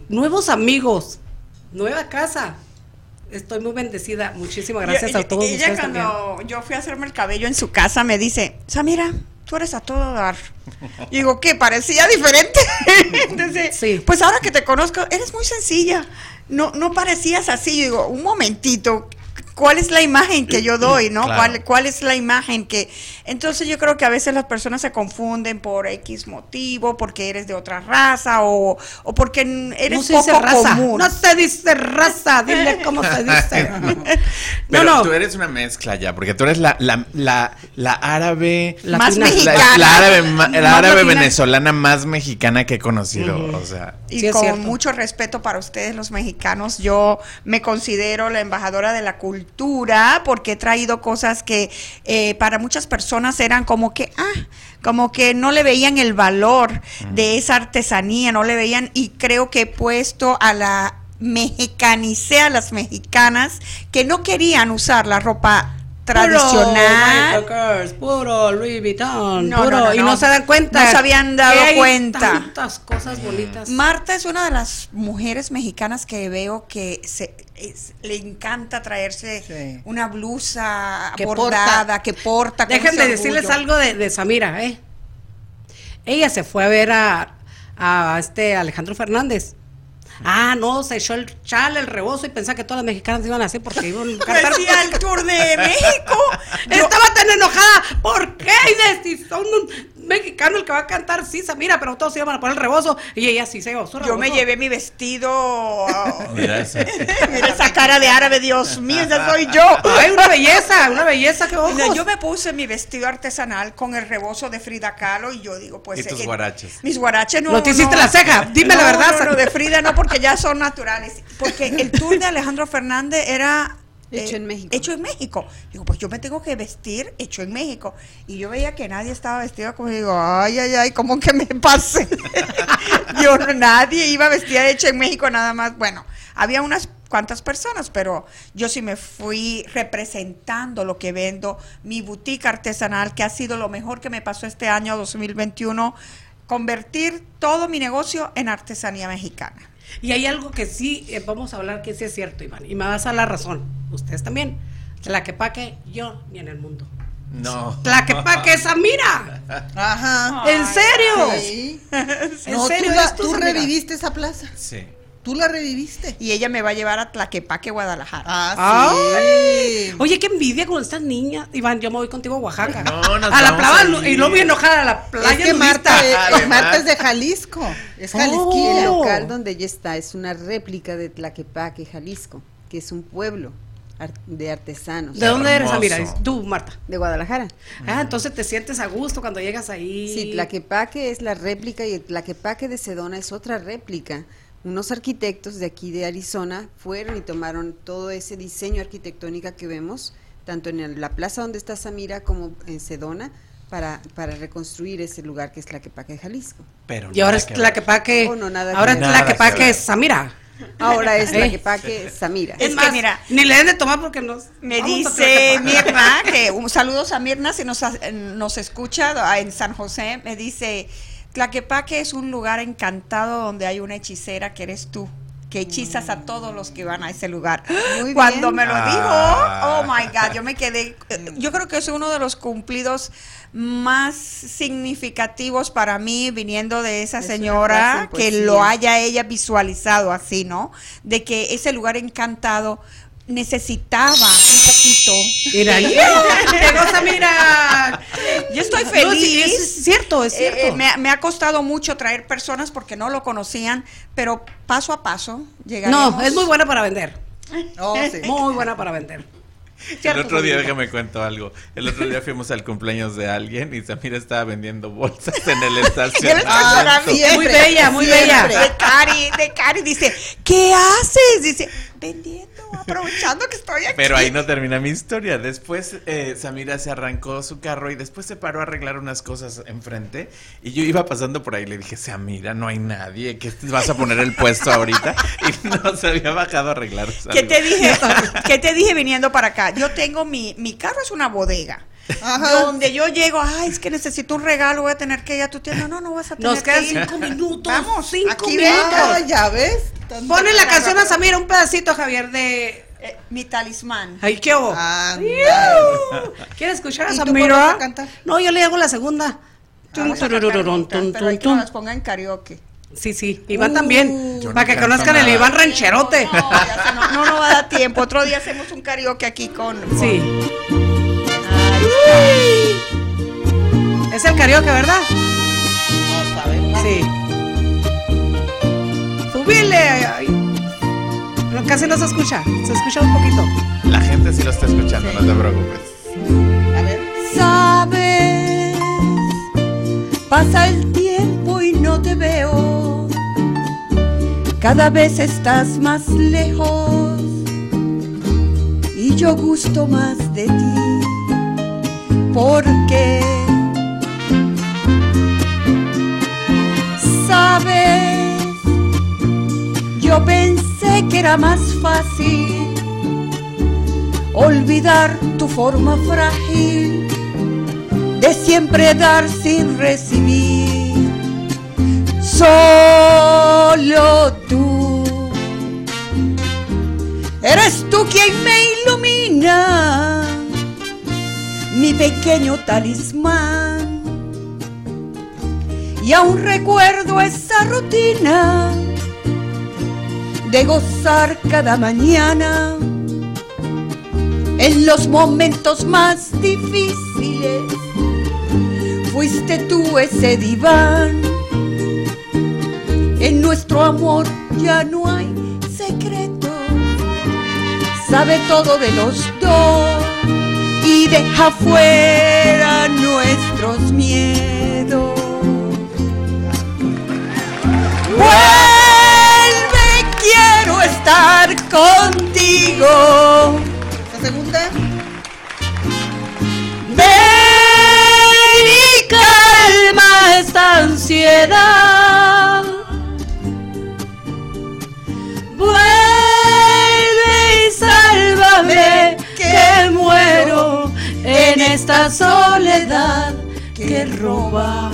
y nuevos amigos, nueva casa. Estoy muy bendecida. Muchísimas gracias Yo- a todos ella ustedes cuando también. yo fui a hacerme el cabello en su casa me dice, Samira, tú eres a todo dar. Y digo, ¿qué? Parecía diferente. Entonces, pues ahora que te conozco, eres muy sencilla. No, no parecías así. Yo digo, un momentito. ¿Cuál es la imagen que yo doy, no? Claro. ¿Cuál, ¿Cuál es la imagen que...? Entonces yo creo que a veces las personas se confunden por X motivo, porque eres de otra raza o, o porque n- eres no se poco dice raza, común. no se dice raza, dile cómo se dice. Pero no. tú eres una mezcla ya, porque tú eres la, la, la, la árabe. Más la- mexicana. La, árabe, ma- la Más árabe latina. venezolana más mexicana que he conocido. O sea. Y Sí, es con cierto. mucho respeto para ustedes los mexicanos, yo me considero la embajadora de la cultura porque he traído cosas que eh, para muchas personas eran como que, ah, como que no le veían el valor de esa artesanía, no le veían y creo que he puesto a la mexicanicé a las mexicanas que no querían usar la ropa tradicional. Puro, Michael Kors, puro Louis Vuitton, No, puro, no, no, y no. no, se dan cuenta. No se habían dado que hay cuenta. Tantas cosas bonitas. Marta es una de las mujeres mexicanas que veo que se es- le encanta traerse una blusa Que bordada, porta. que porta. con Dejen ese de decirles orgullo. algo de, de Samira, ¿eh? Ella se fue a ver a, a este Alejandro Fernández. Ah, no, se echó el chal, el rebozo y pensaba que todas las mexicanas iban así porque iban a cantar. Decía el Tour de México. Estaba tan enojada. ¿Por qué? Y de- Si son un mexicano el que va a cantar, sí, Samira, pero todos se iban a poner el rebozo. Y ella sí se gozó. Yo me llevé mi vestido. Mira eso. Mira esa cara de árabe, Dios mío, esa soy yo. Ay, una belleza, una belleza que ojos. Mira, Yo me puse mi vestido artesanal con el rebozo de Frida Kahlo y yo digo, pues. y tus eh, guaraches. Mis guaraches no. No te hiciste la ceja, dime la No, verdad, No, no, Sandra. de Frida no, porque ya son naturales. Porque el tour de Alejandro Fernández era. Hecho en México. Hecho en México. Digo, pues yo me tengo que vestir hecho en México. Y yo veía que nadie estaba vestido como digo, ay, ay, ay, ¿cómo que me pasé? yo, nadie iba vestida hecho en México nada más. Bueno, había unas cuántas personas, pero yo sí me fui representando lo que vendo, mi boutique artesanal, que ha sido lo mejor que me pasó este año 2021, convertir todo mi negocio en artesanía mexicana. Y hay algo que sí, eh, vamos a hablar que sí es cierto, Iván, y me vas a la razón, ustedes también. La que paque yo ni en el mundo. No. La que paque esa mira. Ajá. ¿En serio? Sí. ¿En No, tú serio? la- eres tú Samira? reviviste esa plaza. Sí. Tú la reviviste. Y ella me va a llevar a Tlaquepaque, Guadalajara. Ah, sí. Ay. Oye, qué envidia con estas niñas. Iván, yo me voy contigo a Oaxaca. No, nos a la vamos playa, a lu- ir. y luego bien enojada a la playa. Es que nudista. Marta, es- Además. Marta es de Jalisco. Es Es Jalisco. Y El local donde ella está es una réplica de Tlaquepaque, Jalisco, que es un pueblo ar- de artesanos. ¿De dónde eres, Samira? Samira? Tú, Marta. De Guadalajara. Ah, entonces te sientes a gusto cuando llegas ahí. Sí, Tlaquepaque es la réplica y el Tlaquepaque de Sedona es otra réplica. Unos arquitectos de aquí de Arizona fueron y tomaron todo ese diseño arquitectónico que vemos, tanto en el- la plaza donde está Samira como en Sedona, para, para reconstruir ese lugar que es Tlaquepaque, Jalisco. Pero Y ahora es la que Tlaquepaque. Oh, no, nada que ahora es ver. Tlaquepaque es Samira. Ahora es Sí. Tlaquepaque, Samira. Es, Es que más, mira, ni le den de tomar porque nos. me vamos a dice Tlaquepaque. Mirna, que un saludos a Mirna si nos, ha- nos escucha ah, en San José, me dice, Tlaquepaque es un lugar encantado donde hay una hechicera que eres tú que hechizas a todos los que van a ese lugar. Muy Cuando bien. me lo Ah. dijo, oh my God, yo me quedé, yo creo que es uno de los cumplidos más significativos para mí viniendo de esa Es una frase en señora que lo poesía. haya ella visualizado así, ¿no? De que ese lugar encantado necesitaba un poquito. Mira, ahí. Llegó Samira. Yo estoy No, feliz. sí, es- es cierto, es Eh, cierto. eh, me, ha- me ha costado mucho traer personas porque no lo conocían, pero paso a paso llegaremos. No, es muy buena para vender. Oh, sí. Muy buena para vender. El Cierto, otro día, Samira. déjame cuento algo. El otro día fuimos al cumpleaños de alguien y Samira estaba vendiendo bolsas en el estacionamiento. estacionamiento. Muy bella, muy bella. De Cari, de Cari dice, ¿qué haces? Dice, vendiendo, aprovechando que estoy aquí. Pero ahí no termina mi historia. Después eh, Samira se arrancó su carro y después se paró a arreglar unas cosas enfrente. Y yo iba pasando por ahí y le dije, Samira, no hay nadie. ¿Qué te vas a poner el puesto ahorita? Y no se había bajado a arreglar. ¿Qué algo. te dije? ¿Qué te dije viniendo para acá? Yo tengo mi, mi carro es una bodega. Ajá. Donde yo llego, ay, es que necesito un regalo, voy a tener que ir a tu tienda. No, no vas a tener Nos quedan que ir. cinco minutos. Vamos, cinco aquí minutos. Ah, ya ves. Tanto- Ponle la canción a Samira, un pedacito, Javier, de. Eh, mi talismán. Ay, qué hubo? Ándale. ¿Quieres escuchar a ¿Y tú Samira? pones a cantar? No, yo le hago la segunda. Tum, Vamos a cantar tururururun, juntas, tum, pero tum, hay que nos tum. las ponga en karaoke. Sí, sí, Iván Uh, también. Yo no para que canto conozcan el nada. Iván rancherote. No, ya se no, no, no va a dar tiempo. Otro día hacemos un karaoke aquí con. con- Sí. Es el karaoke, ¿verdad? No sabemos. Sí. Subile. ay. Pero casi no se escucha. Se escucha un poquito. La gente sí lo está escuchando, no te preocupes. A ver. Sabes, pasa el tiempo y no te veo. Cada vez estás más lejos y yo gusto más de ti. Porque sabes, yo pensé que era más fácil olvidar tu forma frágil de siempre dar sin recibir. Solo tú eres tú quien me ilumina, mi pequeño talismán. Y aún recuerdo esa rutina de gozar cada mañana en los momentos más difíciles. Fuiste tú ese diván. En nuestro amor ya no hay secreto. Sabe todo de los dos y deja fuera nuestros miedos. Vuelve, quiero estar contigo. La segunda. Ven y calma esta ansiedad. Vuelve esta soledad que roba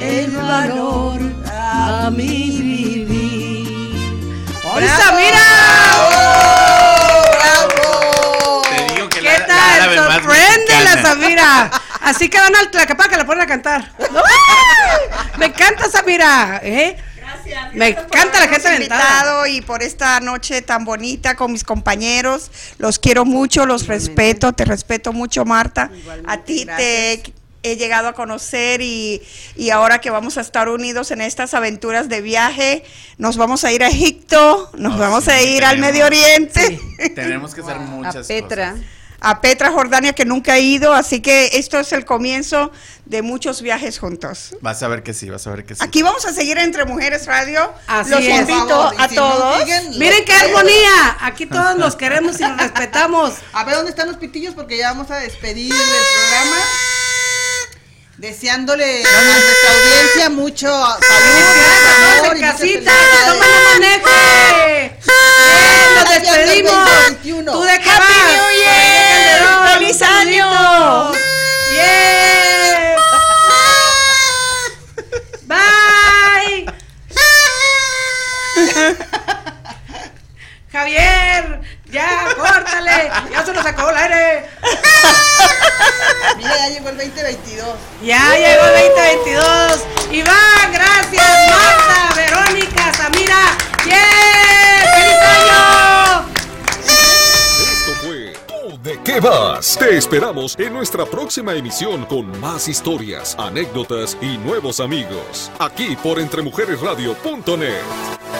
el valor a mi vivir. ¡Bravo! ¡Oh! ¡Bravo! Te digo que ¿Qué la- la tal? árabe más Sorprende la mexicana. Samira. Así que van al Tlacapaca, la ponen a cantar. ¡Ay! Me encanta Samira. ¿eh? Me encanta la gente habernos aventada. invitado y por esta noche tan bonita con mis compañeros. Los quiero mucho, los respeto, te respeto mucho, Marta. a ti te he llegado a conocer y, y ahora que vamos a estar unidos en estas aventuras de viaje, nos vamos a ir a Egipto, nos vamos a ir al tenemos. Medio Oriente. Tenemos que hacer muchas cosas. A Petra Jordania que nunca he ido, así que esto es el comienzo de muchos viajes juntos. Vas a ver que sí, vas a ver que sí. Aquí vamos a seguir entre Mujeres Radio. Así los es. invito Y a si no todos. siguen, los Miren qué quiero. armonía. Aquí todos nos queremos y nos respetamos. A ver dónde están los pitillos porque ya vamos a despedir el programa. Deseándole a nuestra audiencia mucho salud, amor en y muchas casita, felicidades. toma la maneje. Bien, Nos despedimos. ¿Tú de qué vas? ¡Feliz año! ¡Bien! ¡Bye! Javier, ya, córtale. Ya se nos acabó el aire. Mira, ya llegó el 2022. Ya llegó el 2022. Iván, gracias. Marta, Verónica, Samira. ¡Bien! ¡Feliz año! Esto fue ¿Tú de qué vas? Te esperamos en nuestra próxima emisión con más historias, anécdotas y nuevos amigos. Aquí por entremujeresradio.net.